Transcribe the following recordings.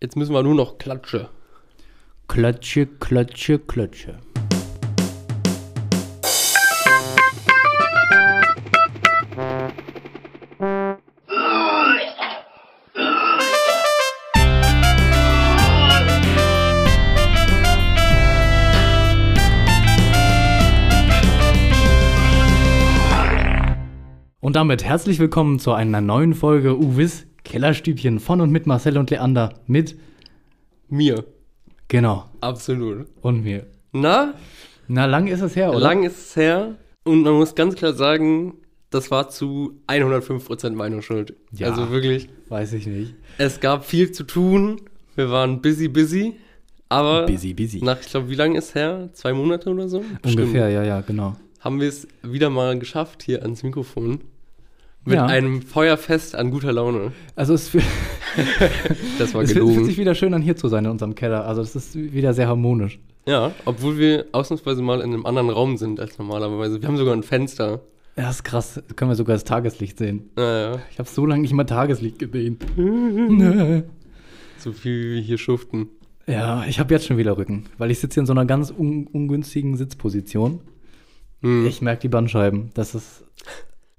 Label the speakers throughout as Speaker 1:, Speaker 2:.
Speaker 1: Jetzt müssen wir nur noch Klatsche.
Speaker 2: Klatsche, klatsche, klatsche. Und damit herzlich willkommen zu einer neuen Folge Uwis Kellerstübchen von und mit Marcel und Leander. Mit,
Speaker 1: Mir.
Speaker 2: genau,
Speaker 1: Absolut.
Speaker 2: und mir.
Speaker 1: Na,
Speaker 2: Na, lang ist es her, oder?
Speaker 1: lang ist es her. Und man muss ganz klar sagen, das war zu 105% meine Schuld.
Speaker 2: Ja.
Speaker 1: Also wirklich,
Speaker 2: Weiß ich nicht.
Speaker 1: es gab viel zu tun. Wir waren busy, busy. Aber
Speaker 2: Busy, busy.
Speaker 1: nach, ich glaube, wie lange ist her? Zwei Monate oder so?
Speaker 2: Ungefähr, ja, ja, genau.
Speaker 1: Haben wir es wieder mal geschafft hier ans Mikrofon. Mit
Speaker 2: Ja.
Speaker 1: einem Feuerfest an guter Laune.
Speaker 2: Also es, fühl-
Speaker 1: Das war
Speaker 2: es fühlt fühlt
Speaker 1: gelogen.
Speaker 2: sich wieder schön an, hier zu sein in unserem Keller. Also es ist wieder sehr harmonisch.
Speaker 1: Ja, obwohl wir ausnahmsweise mal in einem anderen Raum sind als normalerweise. Wir haben sogar ein Fenster.
Speaker 2: Ja, ist krass. Können wir sogar das Tageslicht sehen.
Speaker 1: Naja,
Speaker 2: Ich habe so lange nicht mal Tageslicht gesehen. Nö.
Speaker 1: so viel wie wir hier schuften.
Speaker 2: ja, ich habe jetzt schon wieder Rücken, weil ich sitze hier in so einer ganz un ungünstigen Sitzposition.
Speaker 1: Hm. Ich,
Speaker 2: Ich merke die Bandscheiben. Das ist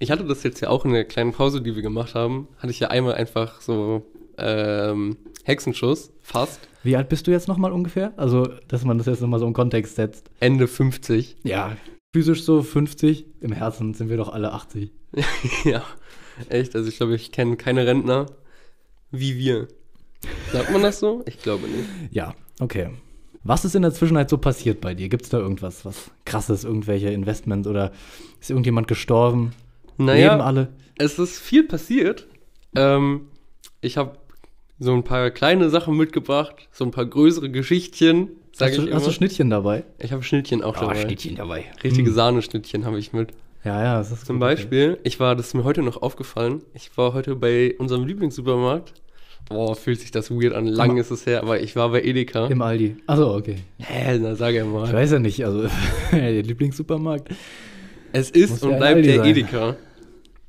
Speaker 1: hatte das jetzt ja auch in der kleinen Pause, die wir gemacht haben. Hatte ich ja einmal einfach so ähm, Hexenschuss, fast.
Speaker 2: Wie alt bist du jetzt nochmal ungefähr? Also, dass man das jetzt nochmal so in Kontext setzt.
Speaker 1: Ende 50.
Speaker 2: Ja. Physisch so 50, im Herzen sind wir doch alle 80.
Speaker 1: ja, echt. Also ich glaube, ich kenne keine Rentner wie wir. Sagt man das so? Ich glaube nicht.
Speaker 2: Ja, okay. Was ist in der Zwischenzeit so passiert bei dir? Gibt es da irgendwas, was krasses, irgendwelche Investments oder ist irgendjemand gestorben? Leben
Speaker 1: Naja,
Speaker 2: alle?
Speaker 1: es ist viel passiert. Ähm, ich habe so ein paar kleine Sachen mitgebracht, so ein paar größere Geschichtchen, sage
Speaker 2: Hast
Speaker 1: ich
Speaker 2: du,
Speaker 1: immer.
Speaker 2: hast du Schnittchen dabei?
Speaker 1: ich habe Schnittchen auch dabei.
Speaker 2: dabei.
Speaker 1: Richtige Sahneschnittchen habe ich mit.
Speaker 2: Ja, ja, das ist
Speaker 1: Zum
Speaker 2: gut, okay.
Speaker 1: Beispiel, ich war, das ist mir heute noch aufgefallen, ich war heute bei unserem Lieblingssupermarkt. Boah, fühlt sich das weird an. Lang ist es her, aber ich war bei Edeka.
Speaker 2: Im Aldi. Achso, okay.
Speaker 1: Hä, na sag ja
Speaker 2: Ich
Speaker 1: mal.
Speaker 2: weiß ja nicht, also der Lieblingssupermarkt.
Speaker 1: Es
Speaker 2: Muss
Speaker 1: ist
Speaker 2: ja
Speaker 1: und
Speaker 2: ein
Speaker 1: bleibt
Speaker 2: Aldi
Speaker 1: der
Speaker 2: sein.
Speaker 1: Edeka.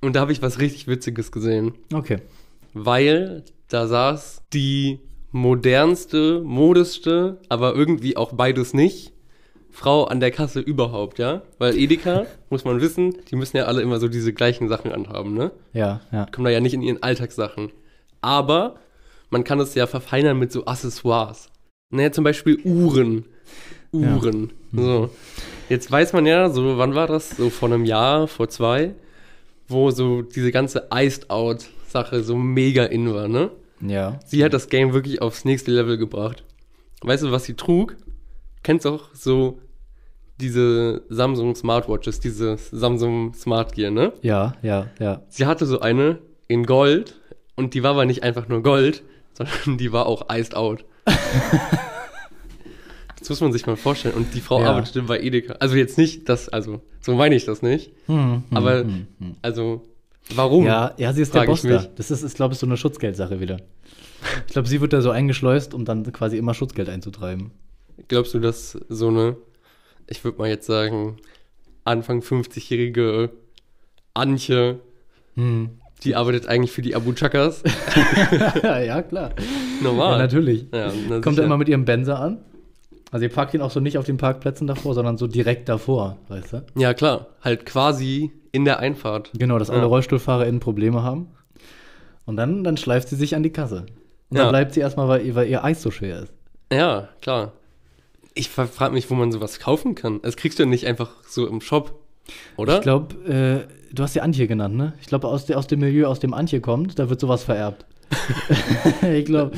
Speaker 1: Und da habe ich was richtig Witziges gesehen.
Speaker 2: Okay.
Speaker 1: weil da saß die modernste, modeste, aber irgendwie auch beides nicht, Frau an der Kasse überhaupt, ja? Weil Edeka, muss man wissen, die müssen ja alle immer so diese gleichen Sachen anhaben, ne?
Speaker 2: Ja, ja.
Speaker 1: Kommen da ja nicht in ihren Alltagssachen. Aber man kann es ja verfeinern mit so Accessoires. Naja, zum Beispiel Uhren. Uhren. So. Jetzt weiß man ja, so, wann war das? So vor einem Jahr, vor zwei, wo so diese ganze Iced-Out-Sache so mega in war, ne?
Speaker 2: Ja.
Speaker 1: Sie hat das Game wirklich aufs nächste Level gebracht. Weißt du, was sie trug? Kennst du auch so diese Samsung Smartwatches, diese Samsung Smart Gear, ne?
Speaker 2: Ja, ja, ja.
Speaker 1: Sie hatte so eine in Gold und die war aber nicht einfach nur Gold, sondern die war auch iced out. das muss man sich mal vorstellen. Und die Frau
Speaker 2: Ja.
Speaker 1: arbeitete bei Edeka. Also jetzt nicht, das, also so meine ich das nicht.
Speaker 2: Hm, hm,
Speaker 1: Aber
Speaker 2: hm, hm.
Speaker 1: also warum?
Speaker 2: Ja, ja, sie ist der
Speaker 1: frag ich
Speaker 2: Boss da.
Speaker 1: mich.
Speaker 2: Das ist, ist glaube ich, so eine Schutzgeldsache wieder. Ich glaube, sie wird da so eingeschleust, um dann quasi immer Schutzgeld einzutreiben.
Speaker 1: Glaubst du, dass so eine, ich würde mal jetzt sagen, Anfang 50-jährige Antje,
Speaker 2: Hm.
Speaker 1: die arbeitet eigentlich für die Abu Chakas?
Speaker 2: ja, klar. Ja,
Speaker 1: Normal.
Speaker 2: natürlich.
Speaker 1: Ah. Ja, na
Speaker 2: Kommt
Speaker 1: sicher.
Speaker 2: er immer mit ihrem Benzer an? Also ihr parkt ihn auch so nicht auf den Parkplätzen davor, sondern so direkt davor, weißt du?
Speaker 1: Ja, klar. Halt quasi in der Einfahrt.
Speaker 2: Genau, dass alle
Speaker 1: Ja.
Speaker 2: RollstuhlfahrerInnen Probleme haben. Und dann, dann schleift sie sich an die Kasse. Und
Speaker 1: Ja.
Speaker 2: dann bleibt sie erstmal, weil, ihr- weil ihr Eis so schwer ist.
Speaker 1: Ja, klar. Ich frage mich, wo man sowas kaufen kann. Das kriegst du ja nicht einfach so im Shop, oder?
Speaker 2: Ich glaube, äh, du hast die Antje genannt, ne? Ich glaube, aus, der- aus dem Milieu, aus dem Antje kommt, da wird sowas vererbt. ich glaube,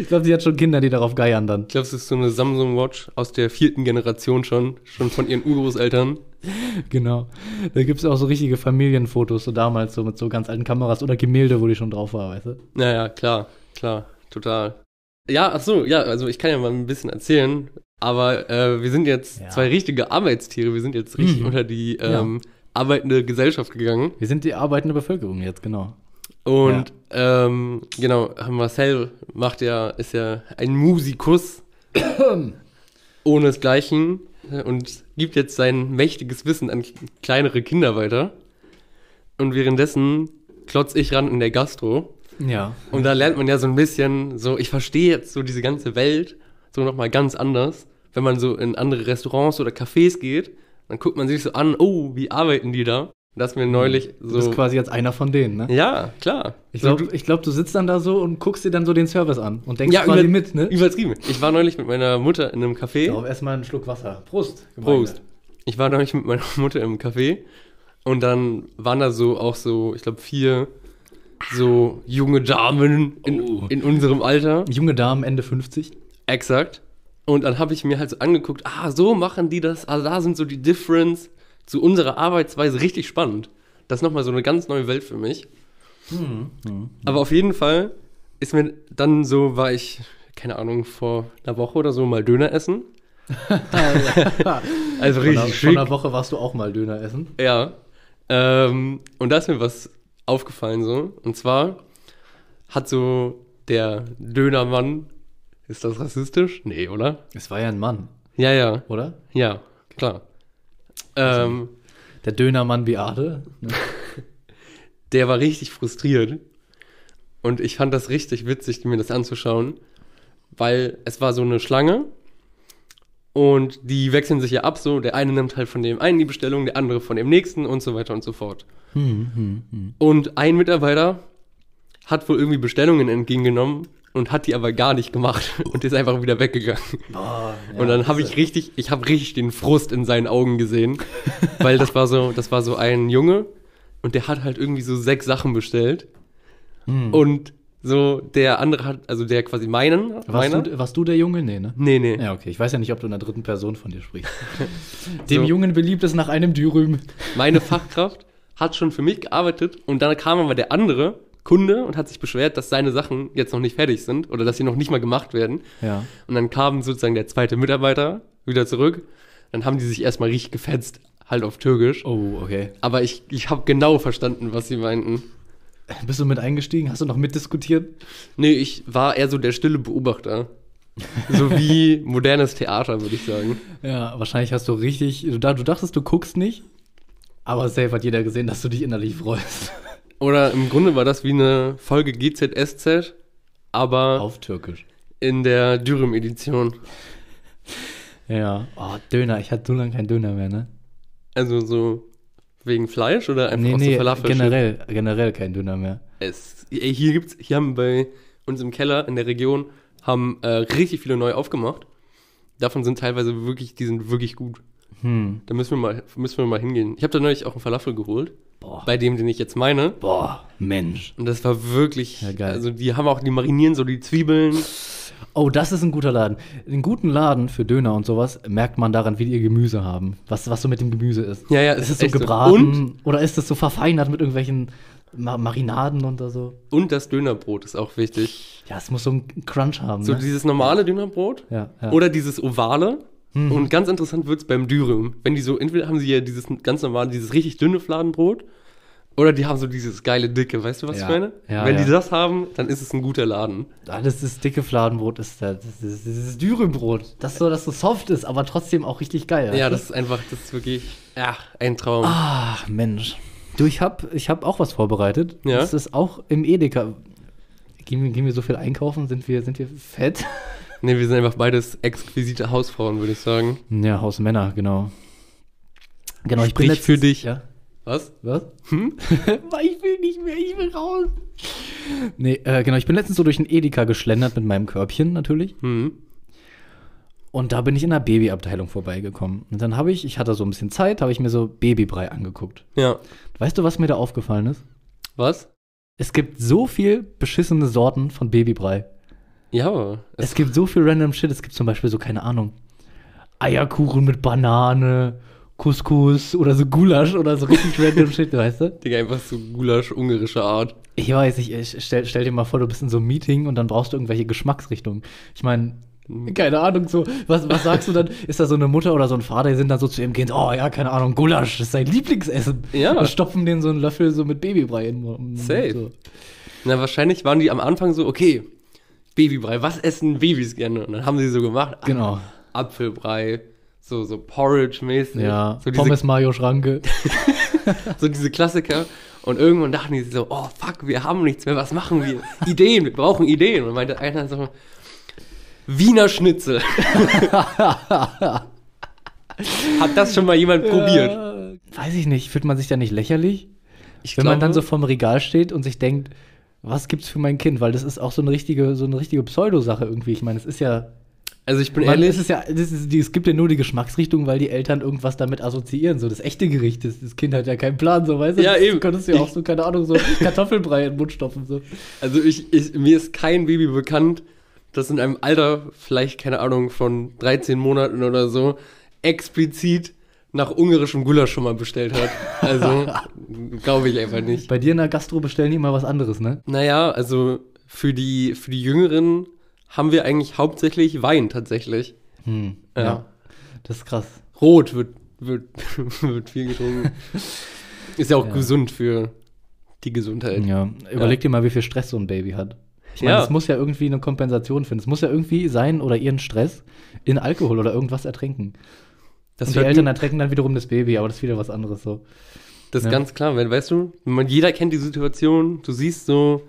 Speaker 2: ich glaub, sie hat schon Kinder, die darauf geiern dann.
Speaker 1: ich glaube, es ist so eine Samsung Watch aus der vierten Generation schon, schon von ihren Urgroßeltern.
Speaker 2: Genau. Da gibt es auch so richtige Familienfotos, so damals, so mit so ganz alten Kameras oder Gemälde, wo die schon drauf war, weißt du?
Speaker 1: Naja, klar, klar, total. Ja, ach so, ja, also ich kann ja mal ein bisschen erzählen, aber äh, wir sind jetzt
Speaker 2: Ja.
Speaker 1: zwei richtige Arbeitstiere, wir sind jetzt richtig
Speaker 2: Mhm.
Speaker 1: unter die
Speaker 2: Ja.
Speaker 1: ähm, arbeitende Gesellschaft gegangen
Speaker 2: Wir sind die arbeitende Bevölkerung jetzt, genau.
Speaker 1: und ähm, genau, Marcel macht ja, ist ja ein Musikus ohnesgleichen und gibt jetzt sein mächtiges Wissen an kleinere Kinder weiter und währenddessen klotz ich ran in der Gastro
Speaker 2: Ja.
Speaker 1: Und da lernt man ja so ein bisschen, so, ich verstehe jetzt so diese ganze Welt so nochmal ganz anders. Wenn man so in andere Restaurants oder Cafés geht, dann guckt man sich so an, oh, wie arbeiten die da? Dass mir neulich
Speaker 2: Du bist
Speaker 1: so.
Speaker 2: quasi jetzt einer von denen, ne?
Speaker 1: Ja, klar.
Speaker 2: Ich
Speaker 1: So,
Speaker 2: glaube, ich glaub, du sitzt dann da so und guckst dir dann so den Service an und denkst
Speaker 1: Ja,
Speaker 2: quasi
Speaker 1: über-
Speaker 2: mit, ne?
Speaker 1: Übertrieben. Ich war neulich mit meiner Mutter in einem Café.
Speaker 2: So, erstmal einen Schluck Wasser. Prost. Gemeinde.
Speaker 1: Prost. Ich war neulich mit meiner Mutter im Café und dann waren da so auch so, ich glaube, vier so junge Damen in,
Speaker 2: Oh.
Speaker 1: in unserem Alter.
Speaker 2: Junge Damen, Ende 50.
Speaker 1: Exakt. Und dann habe ich mir halt so angeguckt, ah, so machen die das, ah, da sind so die Difference zu unserer Arbeitsweise richtig spannend. Das ist nochmal so eine ganz neue Welt für mich.
Speaker 2: Hm,
Speaker 1: Aber auf jeden Fall ist mir dann so, war ich, keine Ahnung, vor einer Woche oder so mal Döner essen. Also
Speaker 2: Ah, Von einer,
Speaker 1: richtig
Speaker 2: von
Speaker 1: schick.
Speaker 2: einer Woche warst du auch mal Döner essen.
Speaker 1: Ja. Ähm, und da ist mir was aufgefallen so. Und zwar hat so der Dönermann. Ist das rassistisch? Nee, oder?
Speaker 2: Es war ja ein Mann,
Speaker 1: Ja, ja.
Speaker 2: oder?
Speaker 1: Ja, klar. Ähm,
Speaker 2: Der Dönermann Beate. Ne?
Speaker 1: der war richtig frustriert. Und ich fand das richtig witzig, mir das anzuschauen. Weil es war so eine Schlange. Und die wechseln sich ja ab so. Der eine nimmt halt von dem einen die Bestellung, der andere von dem nächsten und so weiter und so fort. Und ein Mitarbeiter hat wohl irgendwie Bestellungen entgegengenommen und hat die aber gar nicht gemacht und ist einfach wieder weggegangen.
Speaker 2: Boah, ja, also
Speaker 1: und dann habe
Speaker 2: das
Speaker 1: ich richtig, ich habe richtig den Frust in seinen Augen gesehen, weil das war so, das war so ein Junge und der hat halt irgendwie so sechs Sachen bestellt
Speaker 2: Hm.
Speaker 1: und so der andere hat, also der quasi meinen,
Speaker 2: ist- warst,
Speaker 1: meiner,
Speaker 2: du, warst du der Junge? Nee, ne?
Speaker 1: nee nee,
Speaker 2: Ja, okay. Ich weiß ja nicht, ob du in der dritten Person von dir sprichst. Dem
Speaker 1: So.
Speaker 2: Jungen beliebt es nach einem Dürüm.
Speaker 1: meine Fachkraft hat schon für mich gearbeitet und dann kam aber der andere Kunde und hat sich beschwert, dass seine Sachen jetzt noch nicht fertig sind oder dass sie noch nicht mal gemacht werden.
Speaker 2: Ja.
Speaker 1: Und dann kam sozusagen der zweite Mitarbeiter wieder zurück. Dann haben die sich erstmal richtig gefetzt, halt auf Türkisch.
Speaker 2: Oh, okay.
Speaker 1: Aber ich, ich habe genau verstanden, was sie meinten.
Speaker 2: Bist du mit eingestiegen? Hast du noch mitdiskutiert?
Speaker 1: Nee, ich war eher so der stille Beobachter. So wie modernes Theater, würde ich sagen.
Speaker 2: Ja, wahrscheinlich hast du richtig. Du, da- du dachtest, du guckst nicht, aber safe hat jeder gesehen, dass du dich innerlich freust.
Speaker 1: Oder im Grunde war das wie eine Folge GZSZ, aber
Speaker 2: Auf Türkisch.
Speaker 1: in der Dürüm-Edition.
Speaker 2: Ja. Oh, Döner. Ich hatte so lange keinen Döner mehr, ne?
Speaker 1: Also so wegen Fleisch oder einfach
Speaker 2: Nee,
Speaker 1: aus
Speaker 2: nee,
Speaker 1: der Falafel?
Speaker 2: generell, generell kein Döner mehr.
Speaker 1: Es, äh, hier gibt's, hier haben bei uns im Keller in der Region haben äh, richtig viele neu aufgemacht. Davon sind teilweise wirklich, die sind wirklich gut.
Speaker 2: Hm.
Speaker 1: Da müssen wir mal, müssen wir mal hingehen. Ich habe da neulich auch einen Falafel geholt,
Speaker 2: Boah.
Speaker 1: bei dem, den ich jetzt meine.
Speaker 2: Boah, Mensch.
Speaker 1: Und das war wirklich,
Speaker 2: Ja, geil.
Speaker 1: also die haben auch, die marinieren so die Zwiebeln.
Speaker 2: Oh, das ist ein guter Laden. Einen guten Laden für Döner und sowas merkt man daran, wie die ihr Gemüse haben. Was, was so mit dem Gemüse ist.
Speaker 1: Ja, ja,
Speaker 2: Ist
Speaker 1: es
Speaker 2: es so
Speaker 1: echt so. Und,
Speaker 2: gebraten oder ist es so verfeinert mit irgendwelchen Ma Marinaden und da so?
Speaker 1: und das Dönerbrot ist auch wichtig.
Speaker 2: Ja, es muss so einen Crunch haben.
Speaker 1: So
Speaker 2: ne?
Speaker 1: dieses normale Dönerbrot
Speaker 2: ja, ja. Mhm.
Speaker 1: oder dieses ovale. Und ganz interessant wird's beim Dürüm. Wenn die so, entweder haben sie ja dieses ganz normale, dieses richtig dünne Fladenbrot oder die haben so dieses geile dicke, weißt du, was
Speaker 2: Ja.
Speaker 1: ich meine?
Speaker 2: Ja,
Speaker 1: Wenn
Speaker 2: ja.
Speaker 1: die das haben, dann ist es ein guter Laden.
Speaker 2: Alles Ah, das dicke Fladenbrot ist da. Das ist dieses Dürümbrot. Das so, dass so soft ist, aber trotzdem auch richtig geil.
Speaker 1: Ja,
Speaker 2: weißt du?
Speaker 1: das ist einfach, das ist wirklich, ja, ein Traum.
Speaker 2: Ach, Mensch. Du, ich hab, ich hab auch was vorbereitet.
Speaker 1: Ja?
Speaker 2: Das ist auch im Edeka. Gehen wir, gehen wir so viel einkaufen? Sind wir, sind wir fett?
Speaker 1: Nee, wir sind einfach beides exquisite Hausfrauen, würde ich sagen.
Speaker 2: Ja, Hausmänner, genau. Genau, ich
Speaker 1: Sprich
Speaker 2: bin letztens-
Speaker 1: für dich. Hm?
Speaker 2: Ja.
Speaker 1: Was?
Speaker 2: Was? ich will nicht mehr, ich will raus. Nee, äh, genau, ich bin letztens so durch den Edeka geschlendert mit meinem Körbchen natürlich.
Speaker 1: Hm.
Speaker 2: Und da bin ich in der Babyabteilung vorbeigekommen. Und dann habe ich, ich hatte so ein bisschen Zeit, habe ich mir so Babybrei angeguckt.
Speaker 1: Ja.
Speaker 2: Weißt du, was mir da aufgefallen ist?
Speaker 1: Was?
Speaker 2: Es gibt so viel beschissene Sorten von Babybrei.
Speaker 1: Ja, aber es-
Speaker 2: Es gibt so viel random Shit. Es gibt zum Beispiel so, keine Ahnung, Eierkuchen mit Banane, Couscous oder so Gulasch oder so richtig random Shit, weißt du?
Speaker 1: Digga, einfach so Gulasch ungarischer Art.
Speaker 2: Ich weiß nicht, ich stell, stell dir mal vor, du bist in so einem Meeting und dann brauchst du irgendwelche Geschmacksrichtungen. Ich meine, keine Ahnung, so, was, was sagst du dann? Ist da so eine Mutter oder so ein Vater, die sind dann so zu ihm gehend, oh ja, keine Ahnung, Gulasch, das ist sein Lieblingsessen.
Speaker 1: Ja.
Speaker 2: Und stopfen den so einen Löffel so mit Babybrei in. den Mund,
Speaker 1: Safe.
Speaker 2: So.
Speaker 1: Na, wahrscheinlich waren die am Anfang so, okay, Babybrei, was essen Babys gerne? Und dann haben sie so gemacht, ah,
Speaker 2: Genau.
Speaker 1: Apfelbrei, so, so Porridge-mäßig.
Speaker 2: Ja,
Speaker 1: So diese,
Speaker 2: Pommes Mayo Schranke.
Speaker 1: so diese Klassiker. Und irgendwann dachten die sich so, oh fuck, wir haben nichts mehr, was machen wir? Ideen, wir brauchen Ideen. Und meinte einer so, Wiener Schnitzel. Hat das schon mal jemand probiert?
Speaker 2: Äh, weiß ich nicht, fühlt man sich da nicht lächerlich?
Speaker 1: Ich
Speaker 2: Wenn man dann
Speaker 1: glaube-
Speaker 2: so vorm Regal steht und sich denkt, was gibt's für mein Kind? Weil das ist auch so eine richtige, so eine richtige Pseudosache irgendwie. Ich meine, es ist ja.
Speaker 1: also ich bin
Speaker 2: Man,
Speaker 1: ehrlich,
Speaker 2: es, ist ja das ist, die, es gibt ja nur die Geschmacksrichtung, weil die Eltern irgendwas damit assoziieren. So das echte Gericht ist. Das Kind hat ja keinen Plan, so weißt du?
Speaker 1: Ja,
Speaker 2: das
Speaker 1: eben.
Speaker 2: Könntest du ja auch
Speaker 1: Ich-
Speaker 2: so, keine Ahnung, so Kartoffelbrei in den Mund stopfen. So.
Speaker 1: also ich, ich, mir ist kein Baby bekannt, das in einem Alter, vielleicht keine Ahnung, von 13 Monaten oder so, explizit nach ungarischem Gulasch schon mal bestellt hat. Also glaube ich einfach nicht.
Speaker 2: Bei dir in der Gastro bestellen die immer was anderes, ne?
Speaker 1: Naja, also für die, für die Jüngeren haben wir eigentlich hauptsächlich Wein tatsächlich.
Speaker 2: Hm,
Speaker 1: Ja.
Speaker 2: Das ist krass.
Speaker 1: Rot wird, wird, wird viel getrunken. Ist ja auch
Speaker 2: Ja.
Speaker 1: gesund für die Gesundheit.
Speaker 2: Ja. Überleg dir mal, wie viel Stress so ein Baby hat. Ich meine,
Speaker 1: Äh, Ja.
Speaker 2: es muss ja irgendwie eine Kompensation finden. Es muss ja irgendwie sein oder ihren Stress in Alkohol oder irgendwas ertränken.
Speaker 1: Das,
Speaker 2: Und die
Speaker 1: hört
Speaker 2: Eltern
Speaker 1: man-
Speaker 2: ertränken dann wiederum das Baby, aber das ist wieder was anderes so.
Speaker 1: das ist
Speaker 2: ja.
Speaker 1: ganz klar, weil weißt du, man, jeder kennt die Situation, du siehst so,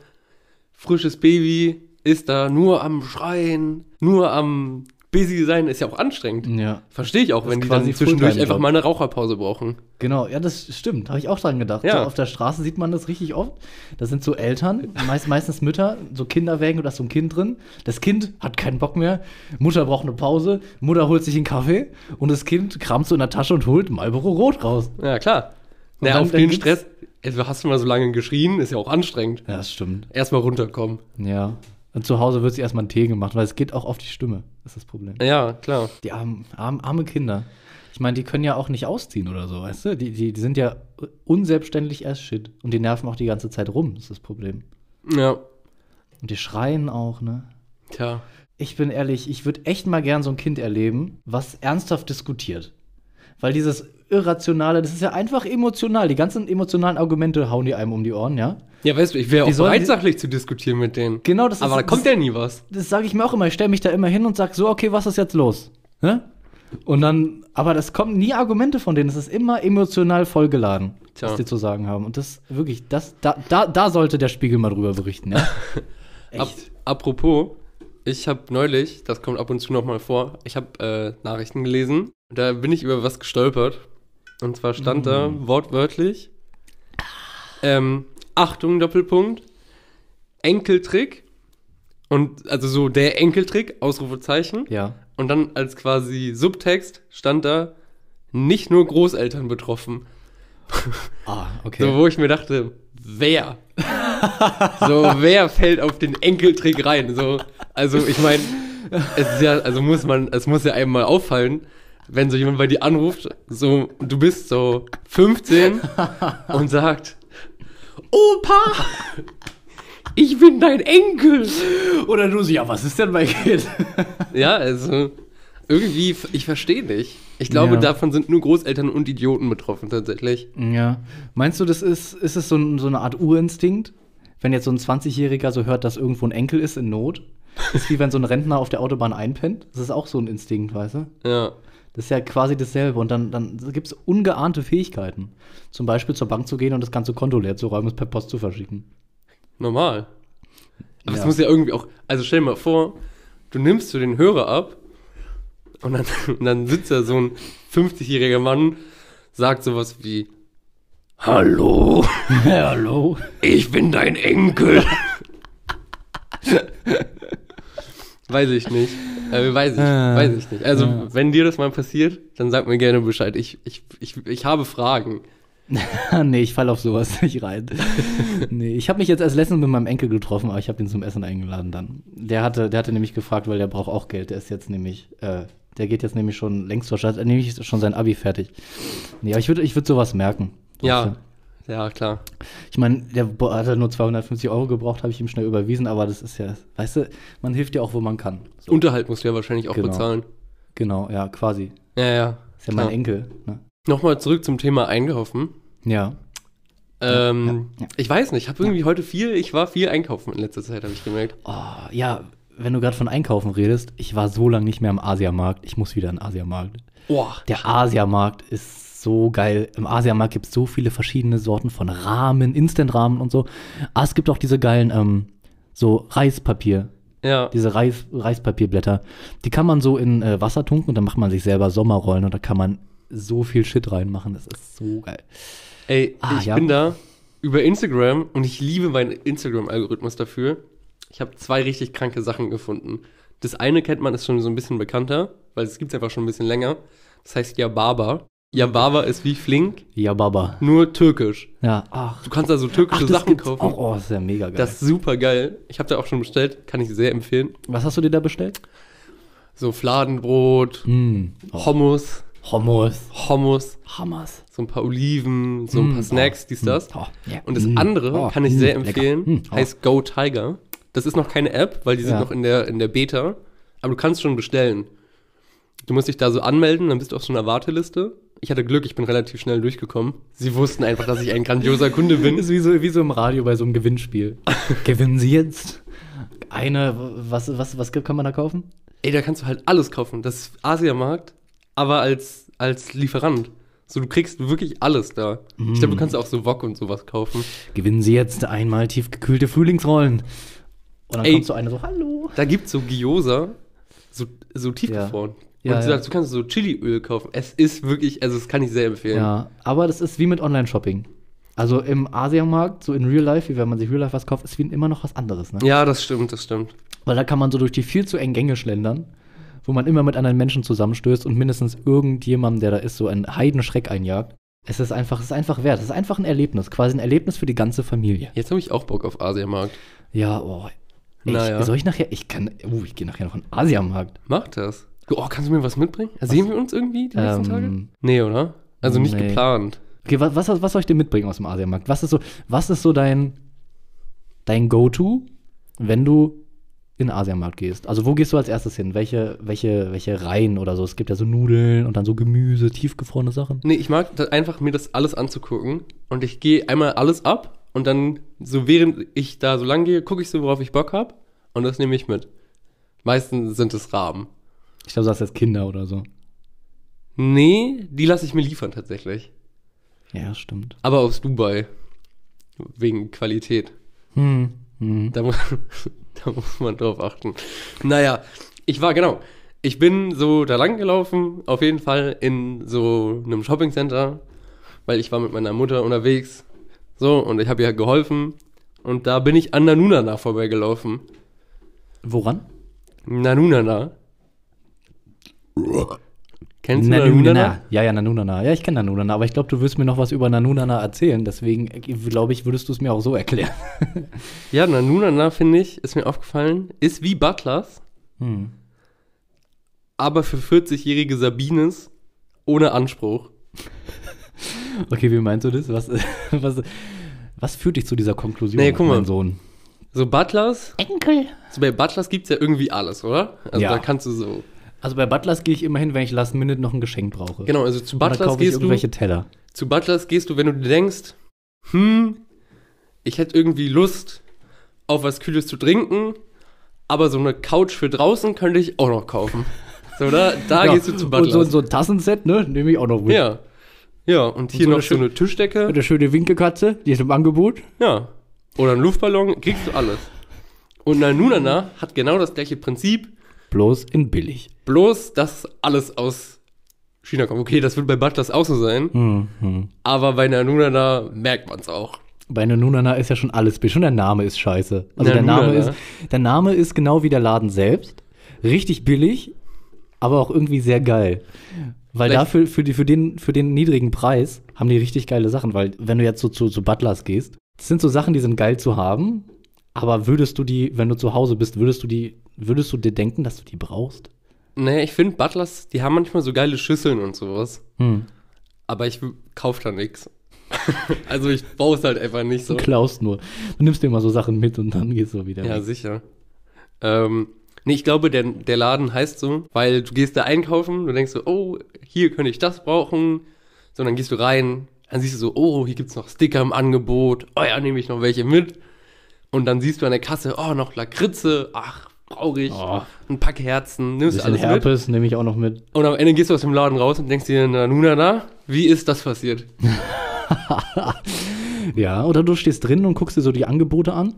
Speaker 1: frisches Baby ist da nur am Schreien, nur am Busy sein, ist ja auch anstrengend.
Speaker 2: Ja.
Speaker 1: Verstehe ich auch,
Speaker 2: Mhm. Das
Speaker 1: wenn
Speaker 2: ist
Speaker 1: die dann
Speaker 2: quasi
Speaker 1: zwischendurch
Speaker 2: Fulltime-Job.
Speaker 1: einfach mal eine Raucherpause brauchen.
Speaker 2: Genau, ja, das stimmt. Habe ich auch dran gedacht.
Speaker 1: Ja.
Speaker 2: So, auf der Straße sieht man das richtig oft. Das sind so Eltern, meist, meistens Mütter, so Kinderwägen oder so ein Kind drin. Das Kind hat keinen Bock mehr. Mutter braucht eine Pause. Mutter holt sich einen Kaffee und das Kind kramt so in der Tasche und holt Marlboro Rot raus.
Speaker 1: Ja, klar.
Speaker 2: Und
Speaker 1: Naja,
Speaker 2: dann-
Speaker 1: auf
Speaker 2: dann
Speaker 1: den
Speaker 2: gibt's-
Speaker 1: Stress, also hast du mal so lange geschrien, ist ja auch anstrengend.
Speaker 2: Ja, das stimmt.
Speaker 1: Erstmal runterkommen.
Speaker 2: Ja. Und zu Hause wird sich erstmal ein Tee gemacht, weil es geht auch auf die Stimme. Das ist das Problem.
Speaker 1: Ja, klar.
Speaker 2: Die armen, armen, arme Kinder. Ich meine, die können ja auch nicht ausziehen oder so, weißt du? Die, die, die sind ja unselbstständig as shit. Und die nerven auch die ganze Zeit rum, ist das Problem.
Speaker 1: Ja,
Speaker 2: Und die schreien auch, ne?
Speaker 1: tja.
Speaker 2: Ich bin ehrlich, ich würde echt mal gern so ein Kind erleben, was ernsthaft diskutiert. Weil dieses Irrationale, das ist ja einfach emotional. Die ganzen emotionalen Argumente hauen die einem um die Ohren, ja?
Speaker 1: Ja, weißt du, ich wäre auch
Speaker 2: Die sollen-
Speaker 1: bereit, sachlich zu diskutieren mit denen.
Speaker 2: Genau, das ist-
Speaker 1: Aber da kommt ja nie was.
Speaker 2: Das sage ich mir auch immer. Ich stelle mich da immer hin und sage so, okay, was ist jetzt los? Ne? Und dann, aber das kommen nie Argumente von denen. Es ist immer emotional vollgeladen,
Speaker 1: Tja.
Speaker 2: was die zu sagen haben. Und das wirklich, das, da, da, da sollte der Spiegel mal drüber berichten, ja?
Speaker 1: Ap apropos, ich habe neulich, das kommt ab und zu nochmal vor, ich habe äh, Nachrichten gelesen. Da bin ich über was gestolpert. Und zwar stand da wortwörtlich: ähm, Achtung, Doppelpunkt, Enkeltrick. Und also so der Enkeltrick, Ausrufezeichen.
Speaker 2: Ja.
Speaker 1: Und dann als quasi Subtext stand da nicht nur Großeltern betroffen.
Speaker 2: Ah, okay.
Speaker 1: So, wo ich mir dachte, wer? so, wer fällt auf den Enkeltrick rein? So, also ich meine, es ist ja, also muss man, es muss ja einem mal auffallen, wenn so jemand bei dir anruft, so, du bist so 15 und sagt, Opa, ich bin dein Enkel.
Speaker 2: Oder du so, ja, was ist denn mein Kind?
Speaker 1: Ja, also irgendwie, ich verstehe nicht. Ich glaube,
Speaker 2: Ja.
Speaker 1: davon sind nur Großeltern und Idioten betroffen tatsächlich.
Speaker 2: Ja. Meinst du, das ist, ist es so, ein, so eine Art Urinstinkt? Wenn jetzt so ein 20-Jähriger so hört, dass irgendwo ein Enkel ist in Not? Ist wie wenn so ein Rentner auf der Autobahn einpennt? Das ist auch so ein Instinkt, weißt du?
Speaker 1: Ja.
Speaker 2: Das ist ja quasi dasselbe. Und dann, dann gibt es ungeahnte Fähigkeiten. Zum Beispiel zur Bank zu gehen und das ganze Konto leer zu räumen, es per Post zu verschicken.
Speaker 1: Normal. Aber es
Speaker 2: Ja.
Speaker 1: muss ja irgendwie auch. Also stell dir mal vor, du nimmst so den Hörer ab und dann, und dann sitzt da so ein 50-jähriger Mann, sagt sowas wie: Hallo,
Speaker 2: Hallo?
Speaker 1: ich bin dein Enkel. weiß ich nicht. Äh, weiß ich,
Speaker 2: Ah,
Speaker 1: weiß ich nicht. Also,
Speaker 2: ja.
Speaker 1: wenn dir das mal passiert, dann sag mir gerne Bescheid. Ich, ich, ich, ich habe Fragen.
Speaker 2: nee, ich falle auf sowas nicht rein. nee, ich habe mich jetzt erst letztens mit meinem Enkel getroffen, aber ich habe ihn zum Essen eingeladen dann. Der hatte, der hatte nämlich gefragt, weil der braucht auch Geld. Der ist jetzt nämlich, äh, der geht jetzt nämlich schon längst zur Stadt, äh, nämlich ist schon sein Abi fertig. Nee, aber ich würde ich würd sowas merken.
Speaker 1: Ja. Ja, klar.
Speaker 2: Ich meine, der bo- hat ja nur 250 Euro gebraucht, habe ich ihm schnell überwiesen, aber das ist ja, weißt du, man hilft ja auch, wo man kann.
Speaker 1: Unterhalt musst du ja wahrscheinlich auch
Speaker 2: Genau.
Speaker 1: bezahlen.
Speaker 2: Genau, ja, quasi.
Speaker 1: Ja, ja.
Speaker 2: Ist ja mein
Speaker 1: Klar.
Speaker 2: Enkel. Ne?
Speaker 1: Nochmal zurück zum Thema Einkaufen.
Speaker 2: Ja.
Speaker 1: Ähm,
Speaker 2: ja, ja.
Speaker 1: Ich weiß nicht, ich habe irgendwie heute viel, ich war viel einkaufen in letzter Zeit, habe ich gemerkt.
Speaker 2: Oh, ja, wenn du gerade von Einkaufen redest, ich war so lange nicht mehr am Asiamarkt. Ich muss wieder in den Asiamarkt.
Speaker 1: Boah,
Speaker 2: Der Asiamarkt ist so geil. Im Asiamarkt gibt es so viele verschiedene Sorten von Ramen, Instant-Ramen und so. Ah, es gibt auch diese geilen, ähm, so Reispapier.
Speaker 1: Ja.
Speaker 2: Diese Reis, Reispapierblätter. Die kann man so in äh, Wasser tunken und dann macht man sich selber Sommerrollen und da kann man so viel Shit reinmachen. Das ist so geil.
Speaker 1: Ey,
Speaker 2: Ah,
Speaker 1: ich
Speaker 2: ja.
Speaker 1: bin da über Instagram und ich liebe meinen Instagram-Algorithmus dafür. Ich habe zwei richtig kranke Sachen gefunden. Das eine kennt man, ist schon so ein bisschen bekannter, weil es gibt es einfach schon ein bisschen länger. Das heißt Yababa. Yababa ist wie Flink,
Speaker 2: Ja, Baba.
Speaker 1: nur türkisch.
Speaker 2: Ja, ach.
Speaker 1: Du kannst also türkische Sachen
Speaker 2: gibt's
Speaker 1: kaufen.
Speaker 2: Auch. Oh, ist ja mega geil.
Speaker 1: Das ist super geil. Ich habe da auch schon bestellt, kann ich sehr empfehlen.
Speaker 2: Was hast du dir da bestellt?
Speaker 1: So Fladenbrot,
Speaker 2: Hm.
Speaker 1: Hummus,
Speaker 2: Hummus.
Speaker 1: Hummus,
Speaker 2: Hammers.
Speaker 1: so ein paar Oliven, so ein paar
Speaker 2: Mm,
Speaker 1: Snacks, dies, das.
Speaker 2: Oh, ja.
Speaker 1: Und das
Speaker 2: Mm,
Speaker 1: andere
Speaker 2: oh,
Speaker 1: kann ich
Speaker 2: mm,
Speaker 1: sehr
Speaker 2: lecker.
Speaker 1: empfehlen,
Speaker 2: Mm, oh.
Speaker 1: heißt Go Tiger. Das ist noch keine App, weil die sind
Speaker 2: Ja.
Speaker 1: noch in der, in der Beta, aber du kannst schon bestellen. Du musst dich da so anmelden, dann bist du auf so einer Warteliste. Ich hatte Glück, ich bin relativ schnell durchgekommen. Sie wussten einfach, dass ich ein grandioser Kunde bin.
Speaker 2: Ist wie so, wie so im Radio bei so einem Gewinnspiel. Gewinnen Sie jetzt eine, was, was, was kann man da kaufen?
Speaker 1: Ey, da kannst du halt alles kaufen. Das ist Asiamarkt, aber als, als Lieferant. So, du kriegst wirklich alles da. Ich
Speaker 2: Mm.
Speaker 1: glaube, du kannst auch so Wok und sowas kaufen.
Speaker 2: Gewinnen Sie jetzt einmal tiefgekühlte Frühlingsrollen. Und dann
Speaker 1: Ey.
Speaker 2: kommt so eine so, hallo.
Speaker 1: Da gibt's so Gyoza, so, so tiefgefroren.
Speaker 2: Ja,
Speaker 1: und du
Speaker 2: ja.
Speaker 1: sagst, du kannst so Chiliöl kaufen. Es ist wirklich, also das kann ich sehr empfehlen.
Speaker 2: Ja, aber das ist wie mit Online-Shopping. Also im Asiamarkt, so in Real Life, wie wenn man sich Real Life was kauft, ist wie immer noch was anderes. Ne?
Speaker 1: Ja, das stimmt, das stimmt.
Speaker 2: Weil da kann man so durch die viel zu engen Gänge schlendern, wo man immer mit anderen Menschen zusammenstößt und mindestens irgendjemandem, der da ist, so einen Heidenschreck einjagt. Es ist einfach, es ist einfach wert. Es ist einfach ein Erlebnis, quasi ein Erlebnis für die ganze Familie.
Speaker 1: Jetzt habe ich auch Bock auf Asiamarkt.
Speaker 2: Ja, oh. Ich,
Speaker 1: Naja.
Speaker 2: Soll ich nachher, ich kann, uh, ich gehe nachher noch in den Asiamarkt.
Speaker 1: Mach das. Du, Oh, kannst du mir was mitbringen? Sehen wir uns irgendwie die nächsten Tage?
Speaker 2: Ähm,
Speaker 1: Nee, oder? Also nicht
Speaker 2: nee.
Speaker 1: geplant.
Speaker 2: Okay, was, was, was soll ich dir mitbringen aus dem Asiamarkt? Was ist so, was ist so dein, dein Go-To, wenn du in den Asiamarkt gehst? Also wo gehst du als erstes hin? Welche, welche, welche Reihen oder so? Es gibt ja so Nudeln und dann so Gemüse, tiefgefrorene Sachen.
Speaker 1: Nee, ich mag da einfach mir das alles anzugucken und ich gehe einmal alles ab und dann so während ich da so lang gehe, gucke ich so, worauf ich Bock habe und das nehme ich mit. Meistens sind es Raben.
Speaker 2: Ich glaube, du sagst jetzt Kinder oder so.
Speaker 1: Nee, die lasse ich mir liefern tatsächlich.
Speaker 2: Ja, stimmt.
Speaker 1: Aber aus Dubai. Wegen Qualität.
Speaker 2: Hm. Hm.
Speaker 1: Da, mu- da muss man drauf achten. Naja, ich war genau. Ich bin so da lang gelaufen, auf jeden Fall in so einem Shoppingcenter, weil ich war mit meiner Mutter unterwegs. So, und ich habe ihr geholfen. Und da bin ich an Nanunana vorbeigelaufen.
Speaker 2: Woran?
Speaker 1: Nanunana. Kennst du Nanunana?
Speaker 2: Nanunana. Ja, ja, Nanunana. Ja, ich kenne Nanunana, aber ich glaube, du wirst mir noch was über Nanunana erzählen. Deswegen äh, glaube ich, würdest du es mir auch so erklären.
Speaker 1: Ja, Nanunana, finde ich, ist mir aufgefallen, ist wie Butlers,
Speaker 2: Hm.
Speaker 1: aber für 40-jährige Sabines ohne Anspruch.
Speaker 2: Okay, wie meinst du das? Was, was, was führt dich zu dieser Konklusion,
Speaker 1: Nee, guck mal.
Speaker 2: mein Sohn?
Speaker 1: So Butlers,
Speaker 2: Enkel.
Speaker 1: so bei Butlers gibt's ja irgendwie alles, oder? Also
Speaker 2: Ja.
Speaker 1: da kannst du so.
Speaker 2: Also bei Butlers gehe ich immer hin, wenn ich Last Minute noch ein Geschenk brauche.
Speaker 1: Genau, also zu
Speaker 2: Und dann
Speaker 1: Butlers
Speaker 2: kaufe ich
Speaker 1: gehst du.
Speaker 2: irgendwelche Teller.
Speaker 1: Zu Butlers gehst du, wenn du dir denkst, hm, ich hätte irgendwie Lust auf was Kühles zu trinken, aber so eine Couch für draußen könnte ich auch noch kaufen. So, da, da
Speaker 2: Ja,
Speaker 1: gehst du zu
Speaker 2: Und
Speaker 1: Butlers.
Speaker 2: so, so ein Tassenset, ne? Nehme ich auch noch mit.
Speaker 1: ja. Ja, und hier
Speaker 2: so
Speaker 1: noch
Speaker 2: eine
Speaker 1: so
Speaker 2: schön-
Speaker 1: eine Tischdecke.
Speaker 2: Eine schöne Winkelkatze, die ist im Angebot.
Speaker 1: Ja. Oder einen Luftballon, kriegst du alles. Und Nanunana hat genau das gleiche Prinzip,
Speaker 2: Bloß in billig.
Speaker 1: bloß dass alles aus China kommt. Okay, das wird bei Butlers auch so sein, aber bei Nanunana merkt man es auch.
Speaker 2: Bei Nanunana ist ja schon alles billig. Schon der Name ist scheiße. Also der
Speaker 1: Nanunana.
Speaker 2: Name, ist, der Name ist genau wie der Laden selbst. Richtig billig, aber auch irgendwie sehr geil. Weil
Speaker 1: Vielleicht-
Speaker 2: dafür, für, die, für, den, für den niedrigen Preis haben die richtig geile Sachen. Weil wenn du jetzt so zu, zu Butlers gehst, das sind so Sachen, die sind geil zu haben. Aber würdest du die, wenn du zu Hause bist, würdest du die, würdest du dir denken, dass du die brauchst?
Speaker 1: Naja, ich finde Butlers, die haben manchmal so geile Schüsseln und sowas,
Speaker 2: Hm.
Speaker 1: aber ich kauf da nichts. Also ich brauch's halt einfach nicht
Speaker 2: Du
Speaker 1: so.
Speaker 2: klaust nur. Du nimmst dir immer so Sachen mit und dann gehst du wieder.
Speaker 1: Ja,
Speaker 2: weg.
Speaker 1: sicher. Ähm, nee, ich glaube, der, der Laden heißt so, weil du gehst da einkaufen, du denkst so, oh, hier könnte ich das brauchen. So, dann gehst du rein, dann siehst du so, oh, hier gibt's noch Sticker im Angebot, oh ja, nehme ich noch welche mit. Und dann siehst du an der Kasse, oh, noch Lakritze, ach, traurig.
Speaker 2: Oh.
Speaker 1: Ein Pack Herzen, nimmst
Speaker 2: Bisschen
Speaker 1: alles mit.
Speaker 2: Herpes nehme ich auch noch mit.
Speaker 1: Und am Ende gehst du aus dem Laden raus und denkst dir, na, Nuna, na, wie ist das passiert?
Speaker 2: Ja, oder du stehst drin und guckst dir so die Angebote an